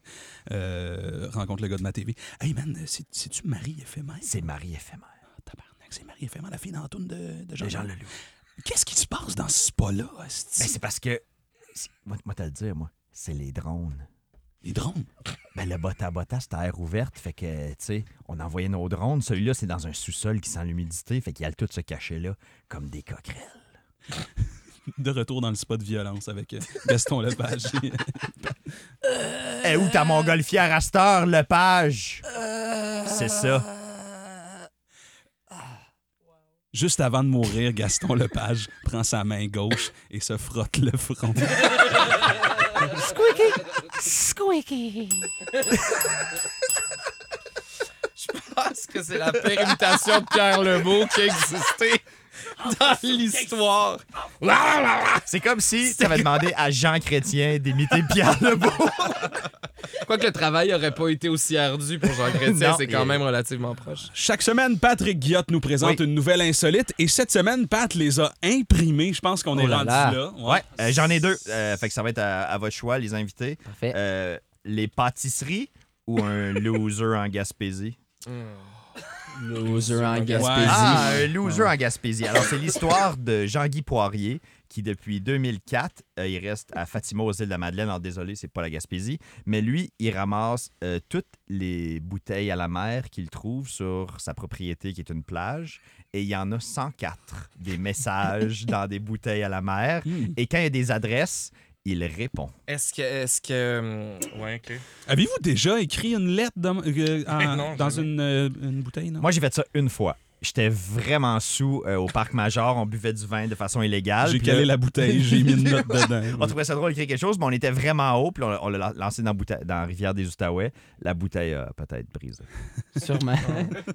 euh, rencontre le gars de ma TV. Hey man, euh, c'est- c'est-tu Marie éphémère?
C'est Marie éphémère.
Ah, tabarnak, c'est Marie éphémère, la fille d'Antoine de, de
Les gens
Jean.
le louent.
Qu'est-ce qui se passe dans ce spot-là?
Ben,
hostie?
c'est parce que. c'est- Moi, moi t'as le dire, moi. C'est les drones.
Les drones.
Ben, le bota bota, c'est à air ouverte. Fait que, tu sais, on envoyait nos drones. Celui-là, c'est dans un sous-sol qui sent l'humidité. Fait qu'il y a le tout se cacher là, comme des coquerelles.
*laughs* De retour dans le spot de violence avec euh, Gaston Lepage. et-
Euh, Eh, où ta montgolfière à cette heure, le page? C'est ça.
Juste avant de mourir, Gaston Lepage prend sa main gauche et se frotte le front.
Je pense Ah, que c'est la pire imitation de Pierre Lebeau qui a existé dans l'histoire.
C'est comme si tu avais demandé à Jean Chrétien d'imiter Pierre Lebeau.
Quoique le travail n'aurait pas été aussi ardu pour Jean Chrétien,
Non,
c'est quand
il-
même relativement proche.
Chaque semaine, Patrick Guillotte nous présente
Oui.
une nouvelle insolite et cette semaine, Pat les a imprimés. Je pense qu'on
Oh
est
là
rendu
là.
là. Ouais.
Ouais, euh, j'en ai deux. Euh, fait que ça va être à, à votre choix, les invités.
Parfait.
Euh, les pâtisseries ou un *laughs* loser en Gaspésie?
Hmm. Loser en
Gaspésie.
Ah, un loser en Gaspésie. Alors, *laughs* c'est l'histoire de Jean-Guy Poirier qui, depuis 2004, euh, il reste à Fatima aux îles de la Madeleine. Alors, désolé, c'est pas la Gaspésie. Mais lui, il ramasse euh, toutes les bouteilles à la mer qu'il trouve sur sa propriété qui est une plage. Et il y en a 104 des *laughs* messages dans des bouteilles à la mer. Et quand il y a des adresses, il répond.
Est-ce que. Est-ce que. hum, Ouais, ok.
Avez-vous déjà écrit une lettre dans,
*laughs*
euh, en-
Non,
dans
jamais.
une, euh, une bouteille? Non?
Moi, j'ai fait ça une fois. J'étais vraiment sous euh, au Parc Major. On buvait du vin de façon illégale.
j'ai
Puis
calé
là-
euh,
la bouteille, j'ai
*laughs*
mis une note
On
dedans.
trouvait ça drôle d'écrire quelque chose, mais on était vraiment haut, puis on, on l'a lancé dans, la bouteille- dans la rivière des Outaouais. La bouteille a peut-être brisé.
*laughs* Sûrement.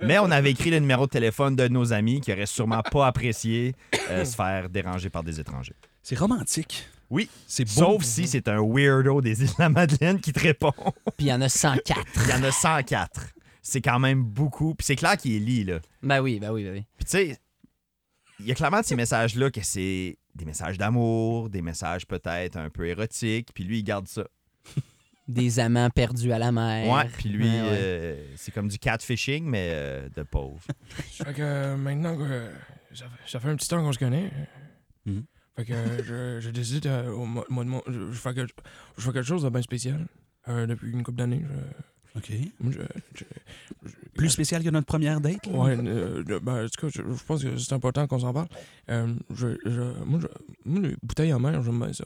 Mais on avait écrit le numéro de téléphone de nos amis qui auraient sûrement pas apprécié euh, se faire déranger par des étrangers.
C'est romantique.
Oui.
C'est beau.
Sauf si c'est un weirdo des îles de la Madeleine qui te répond.
Puis il y en a 104.
Il y en a 104. C'est quand même beaucoup. Puis c'est clair qu'il est lit, là.
Ben oui, ben oui, ben oui.
Puis tu sais, il y a clairement de ces messages-là que c'est des messages d'amour, des messages peut-être un peu érotiques. Puis lui, il garde ça.
Des amants perdus à la mer.
Ouais, puis lui,
Ouais, ouais.
euh, c'est comme du catfishing, mais euh, de pauvre. *laughs*
Fait que euh, maintenant que euh, ça fait, ça fait un petit temps qu'on se connaît. euh,
Mhm.
Fait que euh, je, je décide euh, au mois- mois de mon- je, je fais quelque- je fais quelque chose de bien spécial. euh, depuis une couple d'années.
OK.
je- je- je- euh,
Plus spécial que notre première date? là?
Ouais, euh, de- ben, en tout cas, je, je pense que c'est important qu'on s'en parle. Euh, je, je, moi, je- moi, les bouteilles amères, j'aime bien ça.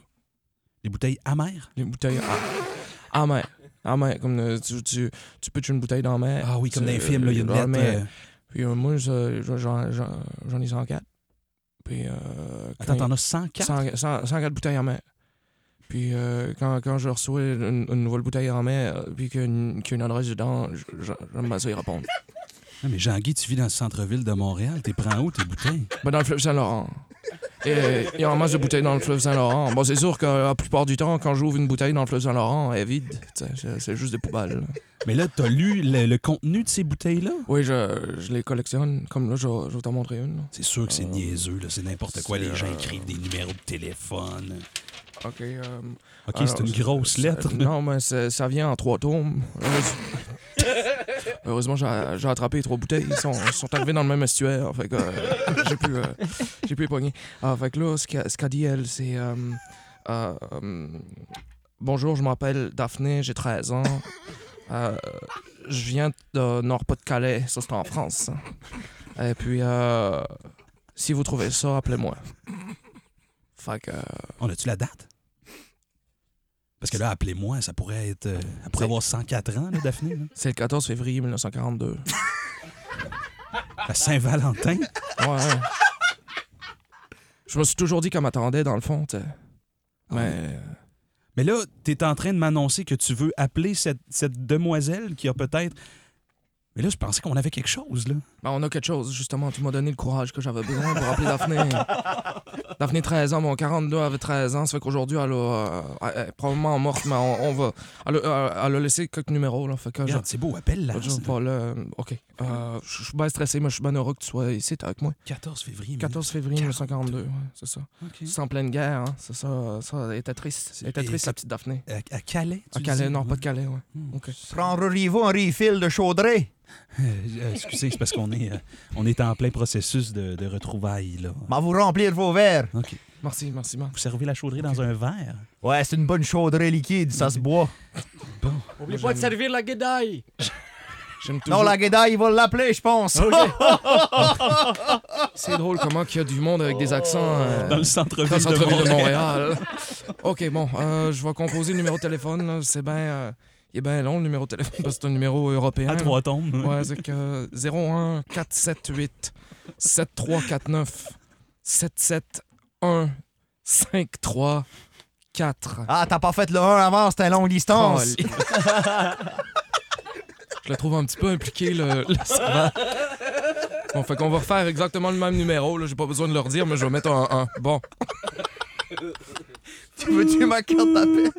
Des bouteilles amères?
Les bouteilles am- amères. Amères, comme euh, tu, tu, tu pitches une bouteille dans la mer.
Ah oui, comme dans les
tu-
films, là, il y a une
dans la
lettre.
mer.
euh,
Puis euh, moi, ça, j'en- j'en j'en- j'en ai 104. Puis. Euh,
Attends,
quand-
t'en as 104?
100 100 104 bouteilles en mer. Puis euh, quand, quand je reçois une, une nouvelle bouteille en mer, euh, puis qu'il y a une, qu'il y a une adresse dedans, je- je- j'aime bien ça y répondre.
Non, Ah, mais Jean-Guy, tu vis dans le centre-ville de Montréal. T'es prends où tes bouteilles?
Ben, dans le fleuve Saint-Laurent. Et euh, il y a un masse de bouteilles dans le fleuve Saint-Laurent. Bon, c'est sûr que euh, la plupart du temps, quand j'ouvre une bouteille dans le fleuve Saint-Laurent, elle est vide. Tu sais, C'est c'est juste des poubelles.
Mais là, t'as lu le, le contenu de ces bouteilles-là?
Oui, je, je les collectionne. Comme là, je, je vais t'en montrer une.
C'est sûr que c'est
Euh,
niaiseux, là. C'est n'importe quoi.
c'est,
Les gens
euh,
écrivent des numéros de téléphone.
OK. euh,
OK,
Ah,
c'est une grosse lettre.
Non, mais c'est- ça vient en trois tomes. Heureuse- Heureusement, j'ai j'ai attrapé les trois bouteilles. Ils sont, sont arrivés dans le même estuaire. Fait que euh, j'ai pu, euh, j'ai pu les pogner. Ah, fait que là, ce qu'a ce qu'a dit elle, c'est... euh, euh, euh, Bonjour, je m'appelle Daphné, j'ai 13 ans. Euh, je viens de Nord-Pas-de-Calais, ça c'est en France. Et puis, euh, si vous trouvez ça, appelez-moi. Fait
*laughs*
que... euh,
On a-tu la date? Parce que là, appelez-moi, ça pourrait être. euh, elle pourrait avoir 104 ans, là, Daphné. là.
C'est le 14 février 1942.
À Saint-Valentin.
Ouais, ouais. Je me suis toujours dit qu'elle m'attendait, dans le fond, tu sais.
Ah
Mais euh,
Mais là, t'es en train de m'annoncer que tu veux appeler cette, cette demoiselle qui a peut-être. Mais là, je pensais qu'on avait quelque chose, là.
ben, on a quelque chose, justement. Tu m'as donné le courage que j'avais besoin pour
*laughs*
appeler Daphné. Daphné, 13 ans. Mon 42 avait 13 ans. Ça fait qu'aujourd'hui, elle, a, euh, elle est probablement morte, mais on, on va... Elle a, euh, elle a laissé quelques numéros, là. Fait que je-
Regarde, c'est beau, appelle-la.
je vais pas là. OK. Euh, je je suis bien stressé, mais je suis bien heureux que tu sois ici, t'es avec moi.
14 février. mais-
14 février 1942, ouais, c'est ça.
OK.
C'est en pleine guerre, hein. C'est ça, ça. Elle était triste. Elle était
Et
triste, la
c'est-
petite Daphné.
À, à Calais. tu
À Calais,
dis?
non, pas de Calais, ouais.
Hmm.
OK.
Prends rendez-vous un refill de chaudrée.
Euh, euh, excusez, c'est parce qu'on est, euh, on est en plein processus de, de retrouvailles, là.
Va vous remplir vos verres.
OK.
Merci, merci, merci.
Vous servez la chaudrée dans un verre?
Ouais, c'est une bonne chaudrée liquide, ça se *laughs* boit.
Bon.
Oublie pas de servir la guédaille.
J'aime toujours.
Non, la guédaille, il va l'appeler, je pense.
C'est drôle comment qu'il y a du monde avec des accents euh,
Dans
dans
le centre-ville
le
Oh. de
centre-ville de
Montréal.
Montréal. OK, bon, euh, je vais composer le numéro de téléphone. là. C'est bien Il est bien long, le numéro de téléphone, parce que c'est un numéro européen.
À trois tombes.
Ouais, c'est que 01 478 7349 771 534.
*laughs* Ah, t'as pas fait le 1 avant, c'était longue
Oh,
distance.
Colin. *laughs* Je le trouve un petit peu impliqué, le, le savant. Bon, fait qu'on va refaire exactement le même numéro. Là. J'ai pas besoin de leur dire, mais je vais mettre un 1. Bon.
tu veux-tu ma carte d'appel?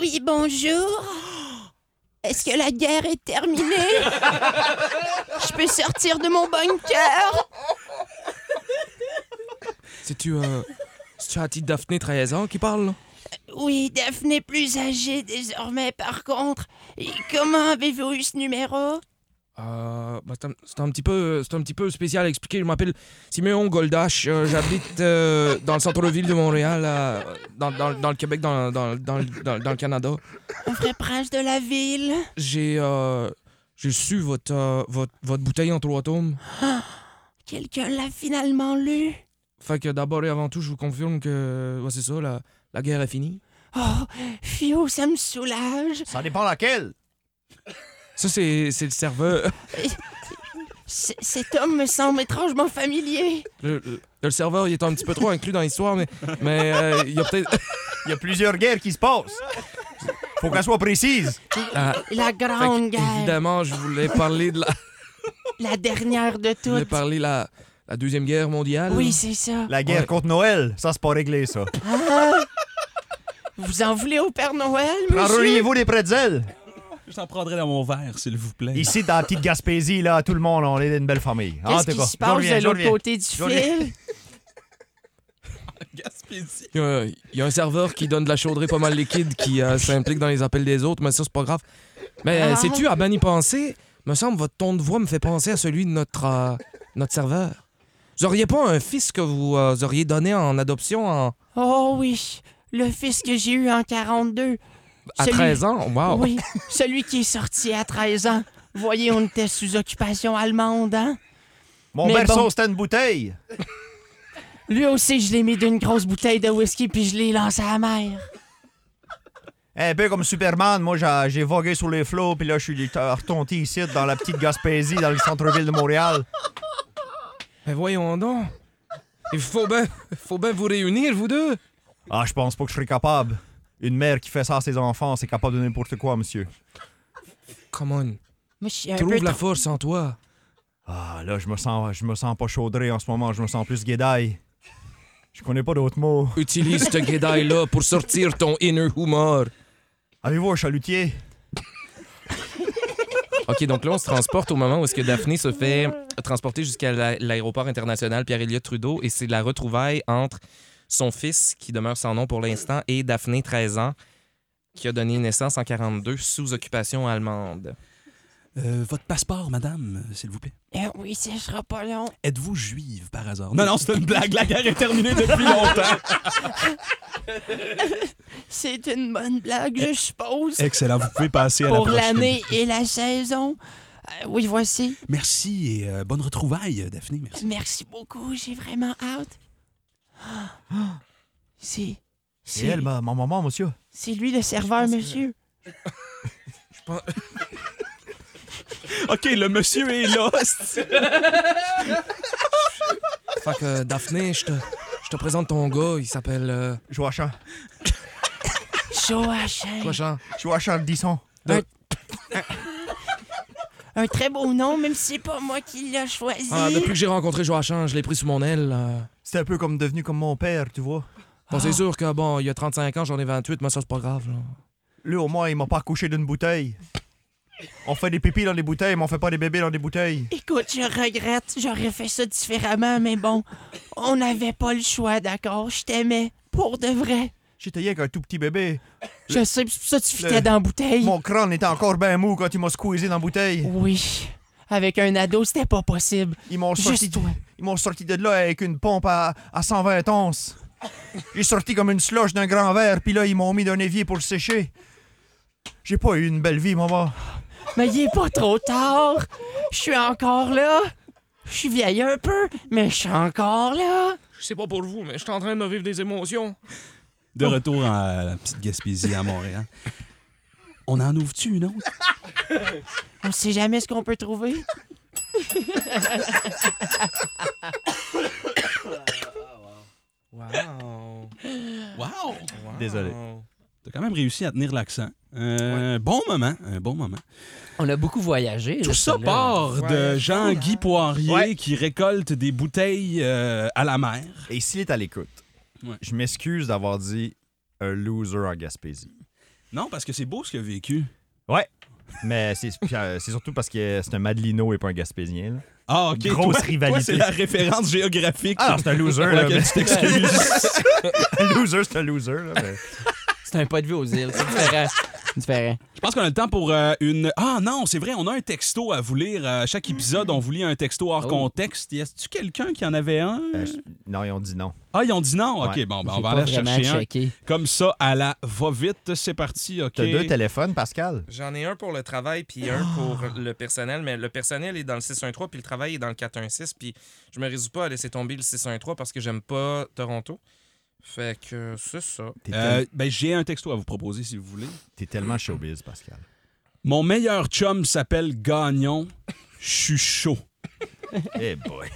Oui, bonjour. Est-ce que la guerre est terminée? Je peux sortir de mon bunker?
C'est-tu... Euh, c'est-tu Hattie Daphné 13 ans qui parle, là?
Oui, Daphné plus âgée désormais, par contre. Et comment avez-vous eu ce numéro?
Euh, bah, c'est, un, c'est un petit peu, c'est un petit peu spécial à expliquer. Je m'appelle Siméon Goldache. Euh, j'habite euh, dans le centre-ville de Montréal, euh, dans, dans- dans le Québec, dans, dans- dans le- dans- dans le Canada.
On ferait proche de la ville.
J'ai, euh, j'ai su votre, euh, votre, votre bouteille en trois tomes.
Quelqu'un l'a finalement lu.
Fait que d'abord et avant tout, je vous confirme que ouais, c'est ça, la, la guerre est finie.
Oh, Fio, ça me soulage.
*laughs* Ça dépend laquelle.
Ça, c'est, c'est le serveur. *laughs*
C- cet homme me semble étrangement familier.
Le, le- le serveur, il est un petit peu trop inclus dans l'histoire, mais, mais euh, il y a peut-être.
Il y a plusieurs guerres qui se passent. Faut qu'elle soit précise.
Ah,
La
fait que,
grande guerre.
évidemment, je voulais parler de la,
La dernière de
je voulais
toutes.
parler de la, la Deuxième Guerre mondiale.
Oui, c'est ça.
La guerre
Ouais.
contre Noël, ça, c'est pas réglé, *laughs* ça.
Vous en voulez au Père Noël, monsieur?
Enroulez-vous des pretzels.
Je t'en prendrai dans mon verre, s'il vous plaît.
Ici, dans la petite Gaspésie, là, tout le monde, on est une belle famille. En
Ah,
Qu'est-ce
tout
qui
cas,
se
j'en
passe
reviens,
de
j'en
l'autre
reviens.
côté du
J'en reviens.
fil?
Gaspésie.
Il y, a, euh, il y a un serveur qui donne de la chaudrée pas mal liquide qui euh, s'implique dans les appels des autres, mais ça, c'est pas grave. Mais euh,
Ah.
sais-tu, à ben y penser, me semble, votre ton de voix me fait penser à celui de notre, euh, notre serveur. Vous auriez pas un fils que vous euh, auriez donné en adoption en,
Oh oui, le fils que j'ai eu en 42.
à
Celui-
13 ans? Wow!
Oui, celui qui est sorti à 13 ans. Voyez, on était sous occupation allemande, hein?
Mon
Mais
berceau,
bon.
c'était une bouteille.
Lui aussi, je l'ai mis d'une grosse bouteille de whisky puis je l'ai lancé à la mer.
Un peu comme Superman, moi, j'ai- j'ai vogué sur les flots, puis là, je suis retonté ici, dans la petite Gaspésie, dans le centre-ville de Montréal.
Mais voyons donc! Il faut bien faut ben vous réunir, vous deux!
Ah, je pense pas que je serais capable. Une mère qui fait ça à ses enfants, c'est capable de n'importe quoi, monsieur.
Come on,
Moi, je suis euh, un peu
trouve la
trop-
force en toi.
Ah, là, je me sens, je me sens pas chaudré en ce moment, je me sens plus guédaille. Je connais pas d'autres mots.
Utilise ce guédaille-là pour sortir ton inner humor.
Avez-vous un chalutier?
OK, donc là, on se transporte au moment où est-ce que Daphné se fait transporter jusqu'à la- l'aéroport international Pierre-Éliott Trudeau et c'est la retrouvaille entre son fils, qui demeure sans nom pour l'instant, et Daphné, 13 ans, qui a donné naissance en 42 sous occupation allemande.
Euh, votre passeport, madame, s'il vous plaît.
Eh oui, ça sera pas long.
Êtes-vous juive par hasard? Non, non, c'est une blague. La guerre est terminée depuis longtemps.
C'est une bonne blague, je suppose.
*laughs* Excellent. Vous pouvez passer Eh, à la
Pour
prochaine.
l'année et la saison. Euh, oui, voici.
Merci et euh, bonne retrouvaille, Daphné. Merci.
Merci beaucoup, j'ai vraiment hâte. Ah. C'est.
C'est
C'est
elle, ma, ma maman, monsieur.
c'est lui le serveur, monsieur.
OK, le monsieur est là. *laughs*
Fait que, Daphné, je te, je te présente ton gars, il s'appelle euh,
Joachim.
Joachim.
Joachim.
Joachim Disson.
Un très beau nom, même si c'est pas moi qui l'ai choisi.
Ah, depuis que j'ai rencontré Joachim, je l'ai pris sous mon aile. euh.
C'est un peu comme devenu comme mon père, tu vois.
Bon, c'est sûr que, bon, il y a 35 ans, j'en ai 28, mais ça, c'est pas grave. là.
Lui, au moins, il m'a pas couché d'une bouteille. On fait des pipis dans des bouteilles, mais on fait pas des bébés dans des bouteilles.
Écoute, je regrette. J'aurais fait ça différemment, mais bon, on n'avait pas le choix, d'accord? Je t'aimais. Pour de vrai.
J'étais rien qu'un tout petit bébé.
Je sais, c'est pour ça que tu
Le-
fitais dans la bouteille.
Mon crâne était encore ben mou quand ils m'ont squeezé dans la bouteille.
Oui. Avec un ado, c'était pas possible.
Ils m'ont sorti,
Juste toi.
ils m'ont sorti de là avec une pompe à, à 120 onces. J'ai sorti comme une slush d'un grand verre, puis là, ils m'ont mis d'un évier pour le sécher. J'ai pas eu une belle vie, maman.
Mais il est pas trop tard. Je suis encore là.
Je suis vieille un peu, mais je suis encore là.
Je sais pas pour vous, mais je suis en train de me vivre des émotions.
De retour à la petite Gaspésie à Montréal. On en ouvre-tu une autre?
On sait jamais ce qu'on peut trouver.
Wow.
Wow!
Désolé.
T'as quand même réussi à tenir l'accent. Euh, Bon moment, un bon moment.
On a beaucoup voyagé.
Tout
là,
ça
celle-là.
part de
Ouais.
Jean-Guy Poirier
Ouais.
qui récolte des bouteilles euh, à la mer.
Et s'il est à l'écoute,
Ouais.
je m'excuse d'avoir dit un loser en Gaspésie.
Non, parce que c'est beau ce qu'il a vécu.
Mais c'est *laughs* euh, c'est surtout parce que c'est un Madelino et pas un Gaspésien. là.
Ah, ok.
Grosse
toi-
rivalité.
toi, c'est la référence géographique.
Ah, non, *laughs* c'est un loser.
pour
là,
laquelle tu t'excuses.
mais- un loser, c'est un loser. là, mais-
C'est un pas de vue aux îles, c'est différent. différent.
Je pense qu'on a le temps pour euh, une. Ah non, c'est vrai, on a un texto à vous lire. À chaque épisode, on vous lit un texto hors
Oh.
contexte. Y a-tu quelqu'un qui en avait un?
Euh, je- non, ils ont dit non.
Ah, ils ont dit non. Ok,
Ouais.
bon, ben, on
J'ai
va
pas
aller
vraiment
chercher un.
checké.
Comme ça, à la va-vite, c'est parti. Ok.
T'as deux téléphones, Pascal?
J'en ai un pour le travail puis
Ah!
un pour le personnel, mais le personnel est dans le 613 puis le travail est dans le 416 puis je me résous pas à laisser tomber le 613 parce que j'aime pas Toronto. Fait que c'est
*laughs*
ça.
T'es
Euh, ben, j'ai un texto à vous proposer si vous voulez.
tel- t'es tellement showbiz, Pascal.
Mon meilleur chum s'appelle Gagnon. Je suis chaud.
*laughs* Eh boy.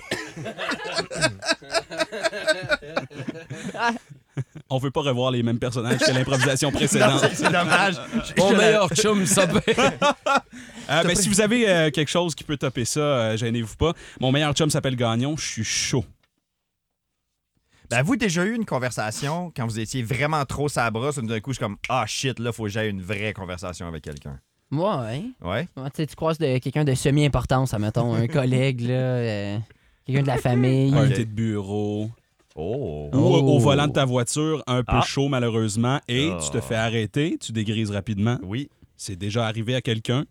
On veut pas revoir les mêmes personnages que
*laughs*
l'improvisation précédente.
C'est dommage.
Mon meilleur chum, ça
Euh, ben, si vous avez euh, quelque chose qui peut taper ça, euh, gênez-vous pas. Mon meilleur chum s'appelle Gagnon. Je suis chaud.
Ben, vous, déjà eu une conversation quand vous étiez vraiment trop sabras, d'un coup, je suis comme, ah shit, là, faut que j'aie une vraie conversation avec quelqu'un.
Moi, ouais.
Ouais?
Ouais, tu sais, tu croises de- quelqu'un de semi-importance, admettons, un collègue, là, euh, quelqu'un de la famille.
Un thé de bureau.
Oh.
Ou euh, au-
Oh.
au volant de ta voiture, un peu
Ah.
chaud malheureusement, et
Ah.
tu te fais arrêter, tu dégrises rapidement.
Oui.
C'est déjà arrivé à quelqu'un.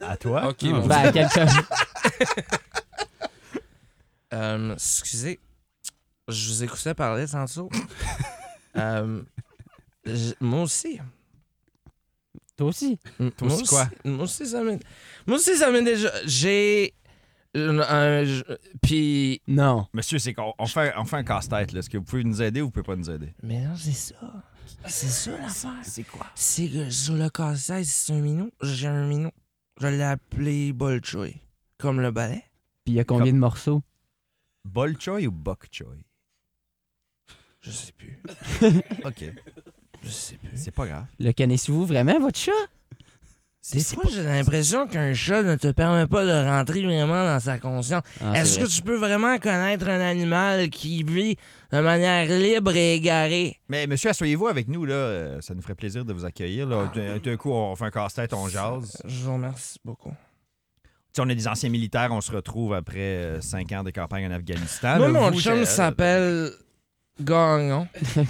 À toi?
Ok, bon.
Ben, quelqu'un.
Euh, excusez, je vous écoutais parler
*laughs*
tantôt. Euh, j- moi aussi.
Toi aussi.
M-
Toi aussi quoi?
Moi aussi, ça m'est... Moi aussi, ça m'est déjà... J'ai... un- un- j- Puis...
Non.
Monsieur, c'est qu'on on fait, on fait un casse-tête. là. Est-ce que vous pouvez nous aider ou vous pouvez pas nous aider?
Mais non, c'est ça. C'est ça, l'affaire.
C'est quoi?
C'est que sur le casse-tête, c'est un minou. J'ai un minou. Je l'ai appelé Bolchoy. Comme le ballet.
Puis il y a combien de morceaux?
Bol choy ou bok choy?
Je sais plus.
OK.
Je sais plus.
C'est pas grave.
Le connaissez-vous vraiment, votre chat?
Des fois, j'ai l'impression qu'un chat ne te permet pas de rentrer vraiment dans sa conscience.
Ah, c'est
Est-ce
vrai.
que tu peux vraiment connaître un animal qui vit de manière libre et égarée?
Mais monsieur, asseyez-vous avec nous, là. Euh, Ça nous ferait plaisir de vous accueillir. Là. D'un d'un coup, on fait un casse-tête, on jase.
Je vous remercie beaucoup.
Tu sais, on est des anciens militaires, on se retrouve après euh, cinq ans de campagne en
Ah,
Afghanistan.
Moi,
là.
mon
Vous,
chum
euh,
s'appelle Gagnon.
*laughs* OK.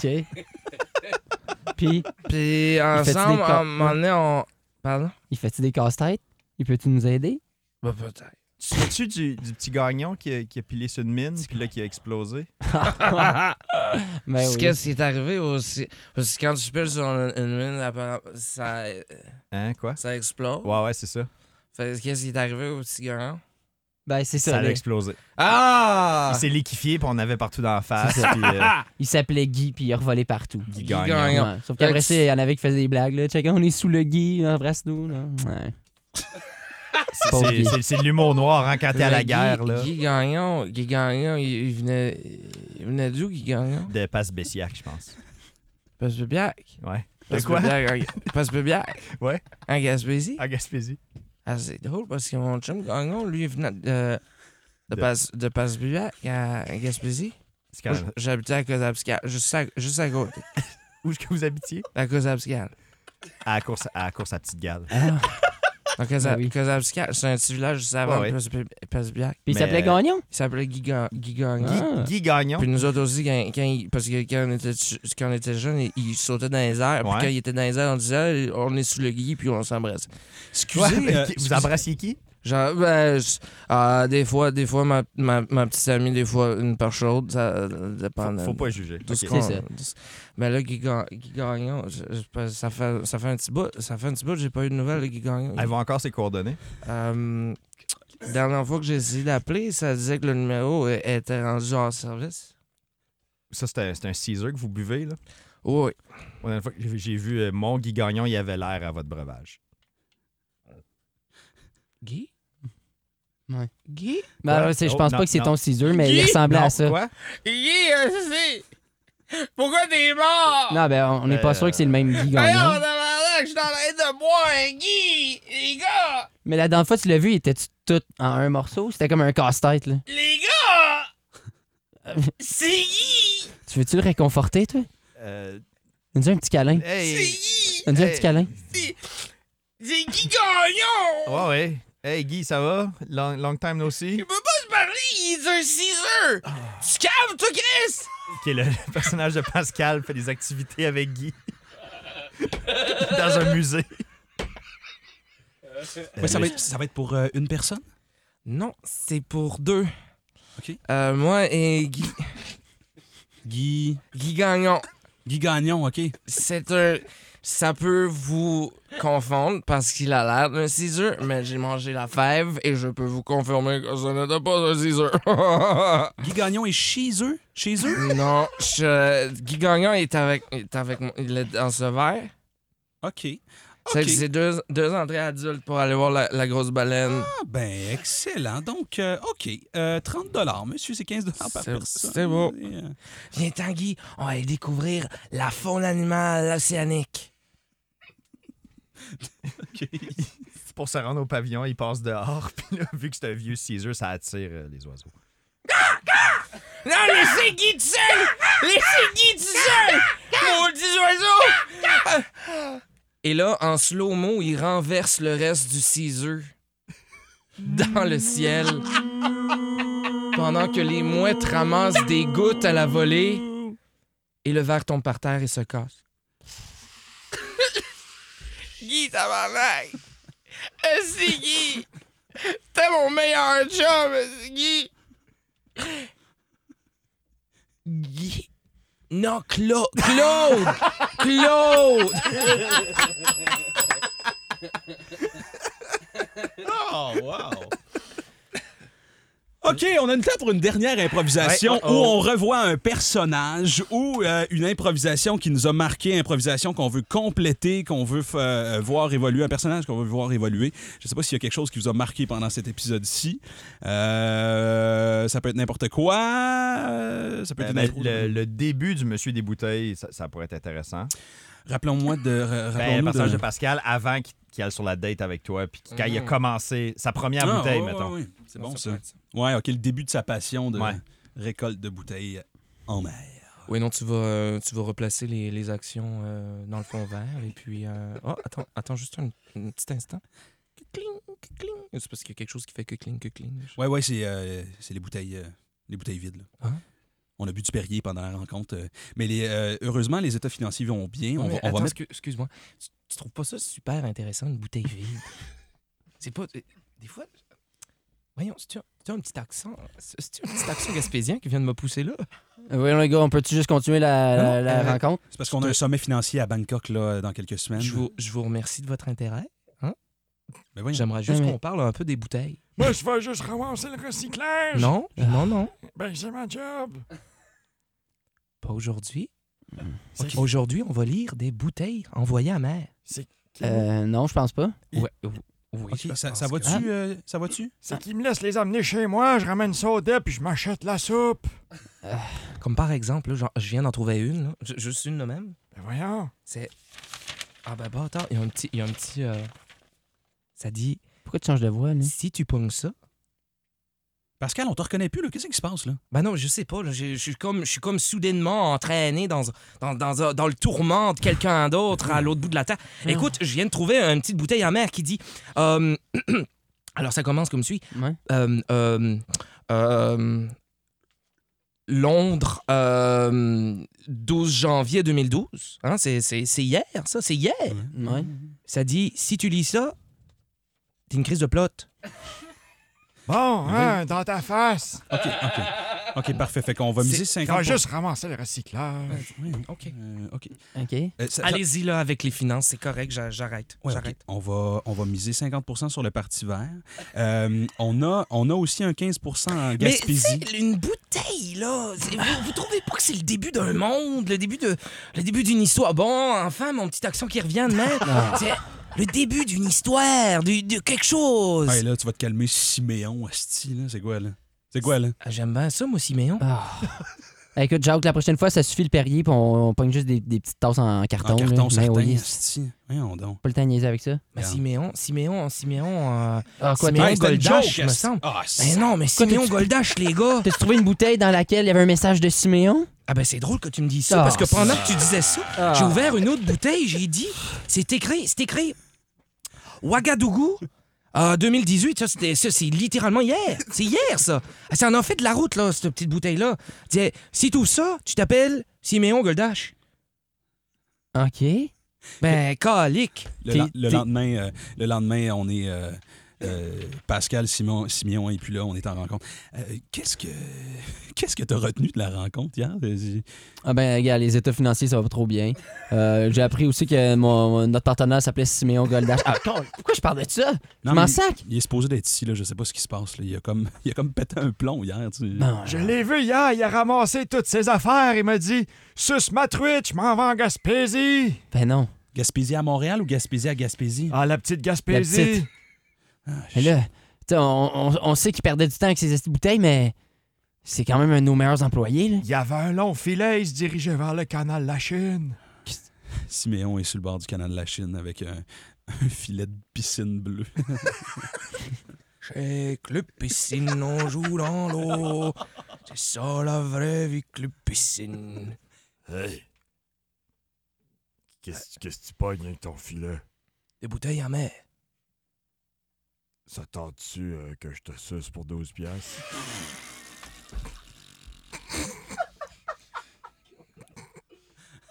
Puis
Puis, fait-tu des
ensemble, à un
cop-
moment donné, on. Pardon?
il fait-tu des casse-têtes? Il peut-tu nous aider?
Bah, peut-être.
Tu te souviens-tu du, du petit gagnon qui a, qui a pilé sur une mine, puis là, qui a explosé?
Ben
Parce
oui.
que ce qui est arrivé aussi. Parce que quand tu piles sur une, une mine, apparemment, ça,
Hein, quoi?
ça explose.
Ouais, ouais, c'est ça.
Fait que Qu'est-ce qui est arrivé au petit Gagnon?
Ben, c'est ça.
Ça a
là.
explosé.
Ah!
Il s'est liquéfié, puis on avait partout dans la face. Puis, euh,
Il s'appelait Guy, puis il a revolé partout.
Guy
Guy
Gagnon.
Gagnon.
Ouais. Sauf qu'après
Fait que
ça, il y en avait qui faisaient des blagues. Là. Check, on est sous le Guy, embrasse-nous. là. Ouais.
C'est-
Pauvre
c'est-
Guy.
C'est c'est de l'humour noir, hein, quand t'es à
Mais
la guerre,
Guy,
là.
Guy Gagnon, Guy Gagnon, il, il venait, il venait d'où, Guy Gagnon?
De passe Bessiac, je pense.
Parce que Biac.
Ouais. De
Parce
quoi?
Parce que Biac.
Ouais.
hein, En Gaspésie.
À Gaspésie.
Ah, c'est drôle parce que mon chum Gagnon, lui, il venait de. De,
De-
passe de Passe-Biac à à Gaspésie.
C'est quand
Moi, j- J'habitais à Cosapscal, juste à, juste à côté.
Où est-ce que vous habitiez?
À Cosapscal.
À la course à, la course à Petite Gale.
À Cosa-
Ah oui.
Cosapscal, c'est un petit village juste avant
Ah Ouais, ouais.
Passe- Passe-Biac.
Puis il
Mais-
s'appelait Gagnon.
Il s'appelait Guy, Ga- Guy Gagnon.
Guy,
Ah.
Guy Gagnon.
Puis nous autres aussi, quand, quand il- parce que quand on était, ch- quand on était jeunes, il, il sautait dans les airs. Puis
Ouais.
quand il était dans les airs, on disait Ah, on est sous le gui, puis on s'embrasse.
Ouais,
Excusez,
mais
euh,
qui- vous
excusez-
embrassiez qui?
Genre, ben, je- ah, des fois, des fois ma, ma, ma petite amie, des fois une par chaude, ça euh, dépend.
Faut,
de-
faut pas juger.
de ce
Ok.
qu'on-
C'est ça.
de ce- Mais là, Guy, Ga- Guy Gagnon, je- je pense- ça, fait, Ah ça fait un petit bout, ça fait un petit bout, j'ai pas eu de nouvelles de Guy Gagnon.
Elle va encore ses coordonnées.
Euh, dernière fois que j'ai essayé d'appeler, ça disait que le numéro euh, était rendu hors service.
Ça, c'est un, c'est un Caesar que vous buvez, là.
Oui.
La dernière fois que j'ai- j'ai vu euh, mon Guy Gagnon, il avait l'air à votre breuvage.
Guy?
Ouais.
Guy?
Ben,
Ouais.
alors, c'est- je
Oh,
pense
non,
pas que c'est
non.
ton ciseau, mais il ressemblait
Non,
à ça.
Quoi?
Guy, aussi! Pourquoi t'es mort?
Non, ben, on on n'est
Euh,
pas sûr que c'est le même Guy
Voyons,
Gagnon.
tabarnak, je suis en train de boire un Guy! Les gars!
Mais la dernière fois, tu l'as vu, il était tout en un morceau. C'était comme un casse-tête, là.
Les gars! C'est Guy!
Tu veux-tu le réconforter, toi?
Euh,
Donne-lui un petit câlin.
C'est
hey!
Guy!
Donne-lui un
Hey.
petit câlin.
C'est Guy Gagnon!
Ouais, ouais. Hey, Guy, ça va? Long, long time no see?
Il peut pas se parler, il est un 6 heures!
Ah.
Tu caves, toi, Chris!
Qui est le le personnage de Pascal, fait des activités avec Guy. *laughs* Dans un musée.
Ouais, ça, va être, ça va être pour euh, une personne?
Non, c'est pour deux.
OK.
Euh, moi et Guy,
Guy,
Guy Gagnon,
Guy Gagnon, OK.
c'est un. Ça peut vous confondre parce qu'il a l'air d'un ciseur, mais j'ai mangé la fève et je peux vous confirmer que ce n'était pas un ciseur.
Guy Gagnon est chez eux? Chez eux?
*laughs* non, je- Guy Gagnon est avec, est avec moi. Il est dans ce verre.
OK.
C'est que
OK.
C'est deux, deux entrées adultes pour aller voir la, la grosse baleine.
Ah, ben, excellent. Donc, euh, OK. Euh, 30 monsieur, c'est 15 par
C'est-
personne.
c'est beau.
Et, euh,
Viens, Tanguy, on va aller découvrir la faune animale océanique.
Pour se rendre au pavillon, il passe dehors. *laughs* Puis là, vu que c'est un vieux Caesar, ça attire euh, les oiseaux.
Non, laissez Guy tout seul! Laissez Guy tout seul! Maudits oiseaux! Et là, en slow-mo, il renverse le reste du ciseux dans le ciel.
Ah,
Pendant que les mouettes ramassent des gouttes à la volée et le verre tombe par terre et se casse. Guy, tabarnak! C'est Guy! T'es mon meilleur job, Guy! Guy. Non, Cla- Claude! Claude!
*laughs*
Oh, wow! OK, on a une temps pour une dernière improvisation
Ouais, oh, oh.
où on revoit un personnage ou euh, une improvisation qui nous a marqué, improvisation qu'on veut compléter, qu'on veut f- euh, voir évoluer, un personnage qu'on veut voir évoluer. Je ne sais pas s'il y a quelque chose qui vous a marqué pendant cet épisode-ci. Euh, ça peut être n'importe quoi. euh, Ça peut être
Euh,
une
ben,
impro-
le, le début du Monsieur des bouteilles, ça, ça pourrait être intéressant.
Rappelons-moi de... ra-
Ben, le
rappelons-nous de-
personnage de Pascal, avant qu'il qu'il aille sur la date avec toi, puis quand il a commencé sa première
Ah,
bouteille,
ouais,
mettons.
ouais, ouais. C'est bon, ça. Ouais, OK, le début de sa passion de
Ouais.
récolte de bouteilles en mer.
Oui, non, tu vas, euh, tu vas replacer les, les actions euh, dans le fond vert. Et puis. euh, Oh, attends, attends juste un, un petit instant. Cling, cling. C'est parce qu'il y a quelque chose qui fait que cling, que cling.
Ouais, ouais, c'est euh, c'est les bouteilles euh, les bouteilles vides. là.
Hein?
On a bu du Perrier pendant la rencontre. euh, mais les, euh, heureusement, les états financiers vont bien. on va, on va mettre...
Excuse-moi. Tu, tu trouves pas ça super intéressant, une bouteille vide? *laughs* C'est pas. euh, Des fois. Voyons, c'est-tu un, c'est-tu un petit accent? C'est-tu un petit accent gaspésien qui vient de me pousser là?
Voyons, les gars, on peut-tu juste continuer la, la- la
euh,
rencontre?
C'est parce qu'on a un sommet financier à Bangkok là, dans quelques semaines.
Je vous, je vous remercie de votre intérêt.
Ben voyons.
J'aimerais juste
mais-
qu'on parle un peu des bouteilles.
Moi, je vais juste ramasser le recyclage.
Non, non, non.
Ben, c'est ma job.
Pas aujourd'hui. Ok. Aujourd'hui, on va lire des bouteilles envoyées à mer.
Euh, non, je pense pas.
Ouais, ou- oui,
Ok,
je
ça,
pense
ça
que- Ah.
va-tu? euh, ça va-tu?
C'est qu'il me laisse les amener chez moi, je ramène ça au dep, puis je m'achète la soupe.
Comme par exemple, là, genre, je viens d'en trouver une, là. Ju- juste une de même.
Ben voyons.
C'est. Ah, ben, bah, attends, il y a un petit. Il y a un petit euh, Ça dit
Pourquoi tu changes de voix, là?
si tu pognes ça.
Pascal, on te reconnaît plus, là. Qu'est-ce qui se passe, là?
Ben non, je sais pas, là, je je suis comme, je suis comme soudainement entraîné dans, dans, dans, un- dans le tourment de quelqu'un d'autre à l'autre bout de la terre. Écoute, je viens de trouver une petite bouteille amère qui dit. euh, *clears throat* alors ça commence comme suit.
Ouais.
Euh, euh, euh, Londres, euh, 12 janvier 2012. Hein, c'est, c'est- c'est hier, ça, c'est hier.
Ouais.
Ça dit, si tu lis ça, t'es une crise de plotte.
Ah.
Bon, hein, dans ta face.
OK, OK. OK, parfait. Fait qu'on va miser 50
Quand juste ramasser le recyclage.
Oui,
OK.
euh, OK.
OK.
Euh, ça- ça-
Allez-y là avec les finances, c'est correct, j'a- j'arrête.
Ouais,
j'arrête.
ok. on, va, on va miser 50 sur le parti vert. Euh, on, a, on a aussi un 15 en
Mais
Gaspésie.
c'est une bouteille, là. C'est- Vous, vous trouvez pas que c'est le début d'un monde, le début de, le début d'une histoire. Bon, enfin, mon petit accent qui revient de
*laughs*
même.
Ah.
C'est le début d'une histoire, du- de quelque chose.
Hey, Ah, là, tu vas te calmer, Siméon, Asti. là. C'est quoi, là? C'est quoi, là?
Ah, J'aime bien ça, moi, Siméon.
Ah. Ben, écoute, Jacques, la prochaine fois, ça suffit le Perrier, puis on, on pogne juste des, des petites tasses en carton.
en carton,
là.
certain,
Ben oui, c'est
Asti. Voyons donc.
pas le temps de niaiser avec ça.
Mais
Regarde.
Siméon, Siméon, Siméon. euh,
Ah, quoi,
Siméon
t'as-
Hey, c'était le
Goldache,
joke,
me
asti.
semble.
Ah,
Mais
c'est-
non, mais Siméon Goldache, les gars.
T'as-tu trouvé une bouteille dans laquelle il y avait un message de Siméon?
Ah ben c'est drôle que tu me dises ça
Ah,
parce que pendant que tu disais ça,
Ah.
j'ai ouvert une autre bouteille, j'ai dit c'est écrit, c'est écrit Ouagadougou euh, en 2018, ça c'était ça c'est littéralement hier, c'est hier ça. Ah, Ça en a fait de la route là cette petite bouteille là. Disais, si tout ça, tu t'appelles Siméon Goldache.
Ah. OK.
Ben calique.
le,
t'es-
lan- le
t'es-
lendemain, euh, le lendemain, on est... euh, euh, Pascal, Simon, Siméon et puis là, on est en rencontre. Euh, Qu'est-ce que *laughs* qu'est-ce que t'as retenu de la rencontre hier? Euh, Vas-y.
Ah ben, gars, les états financiers, ça va pas trop bien. Euh, J'ai appris aussi que mon, mon- notre partenaire s'appelait Siméon Goldache. Ah, con- pourquoi je parle de ça?
Non,
je m'en
mais-
sac?
Il est supposé d'être ici, là, je sais pas ce qui se passe. là. Il, a comme, *laughs* il a comme pété un plomb hier. tu-
Non,
Je l'ai vu hier, il a ramassé toutes ses affaires. Il m'a dit Suce ma truite, je m'en vais en Gaspésie.
ben non.
Gaspésie à Montréal ou Gaspésie à Gaspésie?
Ah, la petite Gaspésie.
La petite. Mais là, tu sais, on, on- on sait qu'il perdait du temps avec ses esti de bouteilles, mais c'est quand même un de nos meilleurs employés, là.
Il y avait un long filet, il se dirigeait vers le canal de la Chine.
Siméon est sur le bord du canal de la Chine avec un, *laughs* un filet de piscine bleue. *laughs*
Chez Club Piscine, on joue dans l'eau. C'est ça la vraie vie, Club Piscine.
Qu'est-ce qu'est-ce que tu pognes avec ton filet?
Des bouteilles en mer.
Ça tente-tu euh, que je te suce pour 12 piastres?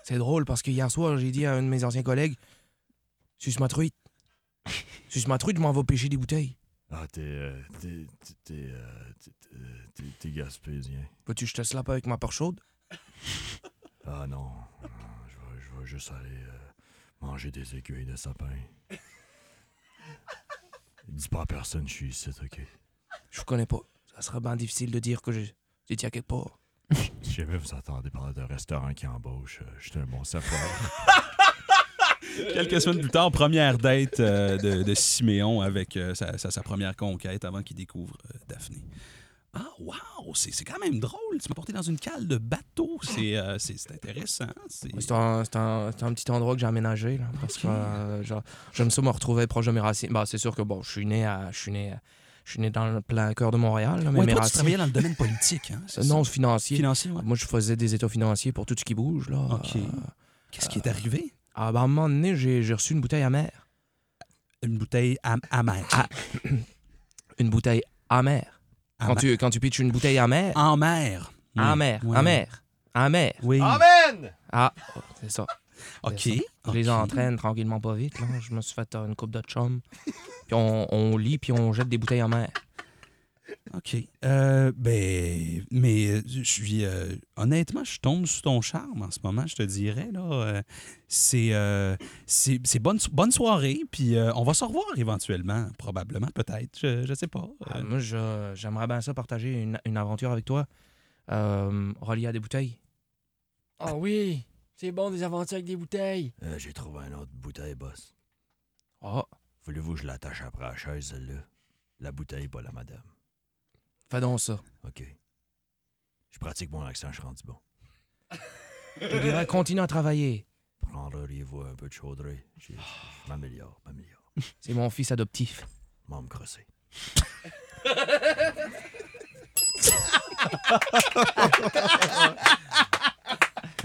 C'est drôle parce que hier soir, j'ai dit à un de mes anciens collègues Suce ma truite. Suce ma truite, je m'en vais pêcher des bouteilles.
Ah, t'es. euh, t'es. t'es. t'es, euh, t'es- euh, t'es- t'es gaspésien.
Veux-tu que je te slappe avec ma porte chaude
Ah non. non, Je vais, je vais juste aller euh, manger des aiguilles de sapin. Dis pas à personne, je suis ici, ok?
Je vous connais pas. Ça sera bien difficile de dire que je- j'étais à quelque part.
Si jamais vous entendez parler d'un restaurant qui embauche, euh, je suis un bon serveur.
Quelques semaines plus tard, première date euh, de, de Siméon avec euh, sa, sa- sa première conquête avant qu'il découvre euh, Daphné. Ah, wow! C'est c'est quand même drôle. Tu m'as porté dans une cale de bateau. C'est euh, c'est- c'est intéressant. C'est-
C'est un, c'est un- Euh, c'est un petit endroit que j'ai aménagé, là, parce que euh, j'a- j'aime ça me retrouver proche de mes racines. Bah, c'est sûr que bon, je suis né à. Je suis né, à- je suis né dans le plein cœur de Montréal, là, mais
Ouais,
mes
toi, tu
racines-
travaillais dans le domaine politique. Hein, c'est
Euh,
ça?
non, financier.
financier. ouais.
Moi, je faisais des états financiers pour tout ce qui bouge, là.
Ok.
Euh,
Qu'est-ce qui est arrivé?
ah, bah, à un moment donné, j'ai j'ai reçu une bouteille amère.
Une bouteille am- amère.
une bouteille amère.
Amère.
Quand, tu, quand tu pitches une bouteille amère,
En mer. Oui.
amère,
Ouais.
amère, amère.
Oui.
Ah, c'est ça.
OK.
Je les
OK.
entraîne tranquillement pas vite. Là. Je me suis fait euh, une coupe de chum. Puis on, on lit, puis on jette des bouteilles amères.
OK. Euh, ben, mais euh, je suis. euh, honnêtement, je tombe sous ton charme en ce moment, je te dirais. là. Euh, c'est euh, c'est c'est bonne, so- bonne soirée, puis euh, on va se revoir éventuellement, probablement, peut-être. Je, je sais pas.
Ah,
Euh,
moi, je- j'aimerais bien ça partager une, une aventure avec toi, euh, reliée à des bouteilles.
Ah oui, c'est bon des aventures avec des bouteilles.
Euh, J'ai trouvé une autre bouteille, boss.
Oh,
*laughs* Voulez-vous que je l'attache après la chaise, celle-là? La bouteille, pas la madame.
fais donc ça.
OK. Je pratique mon accent, je suis rendu bon.
Je te dirais, Euh, continue à travailler.
Prendriez-vous un peu de chaudrée? J'ai- Je m'améliore, m'améliore.
C'est mon fils adoptif.
M'en me crosser.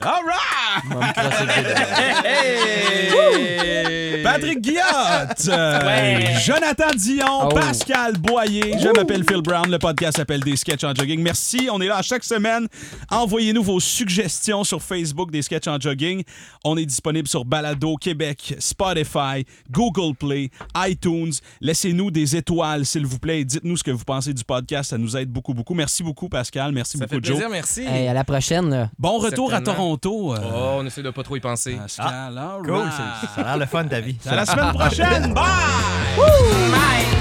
All right!
Maman me crossait le bras.
Pat Patrick Guillotte, euh,
Ouais.
Jonathan Dion,
Oh.
Pascal Boyer. Je m'appelle Phil Brown. Le podcast s'appelle Des Sketchs en Jogging. Merci. On est là chaque semaine. Envoyez-nous vos suggestions sur Facebook des Sketchs en Jogging. On est disponible sur Balado Québec, Spotify, Google Play, iTunes. Laissez-nous des étoiles, s'il vous plaît. et Dites-nous ce que vous pensez du podcast. Ça nous aide beaucoup, beaucoup. Merci beaucoup, Pascal. Merci
Ça fait
beaucoup, Joe.
plaisir, merci.
Hey, à la prochaine, là.
Bon retour à
Certainement.
Toronto. euh,
Oh, on essaie de pas trop y penser.
Pascal, all
Cool,
right.
c'est- ça a l'air le fun, ta vie.
À la semaine prochaine. Bye!
Bye!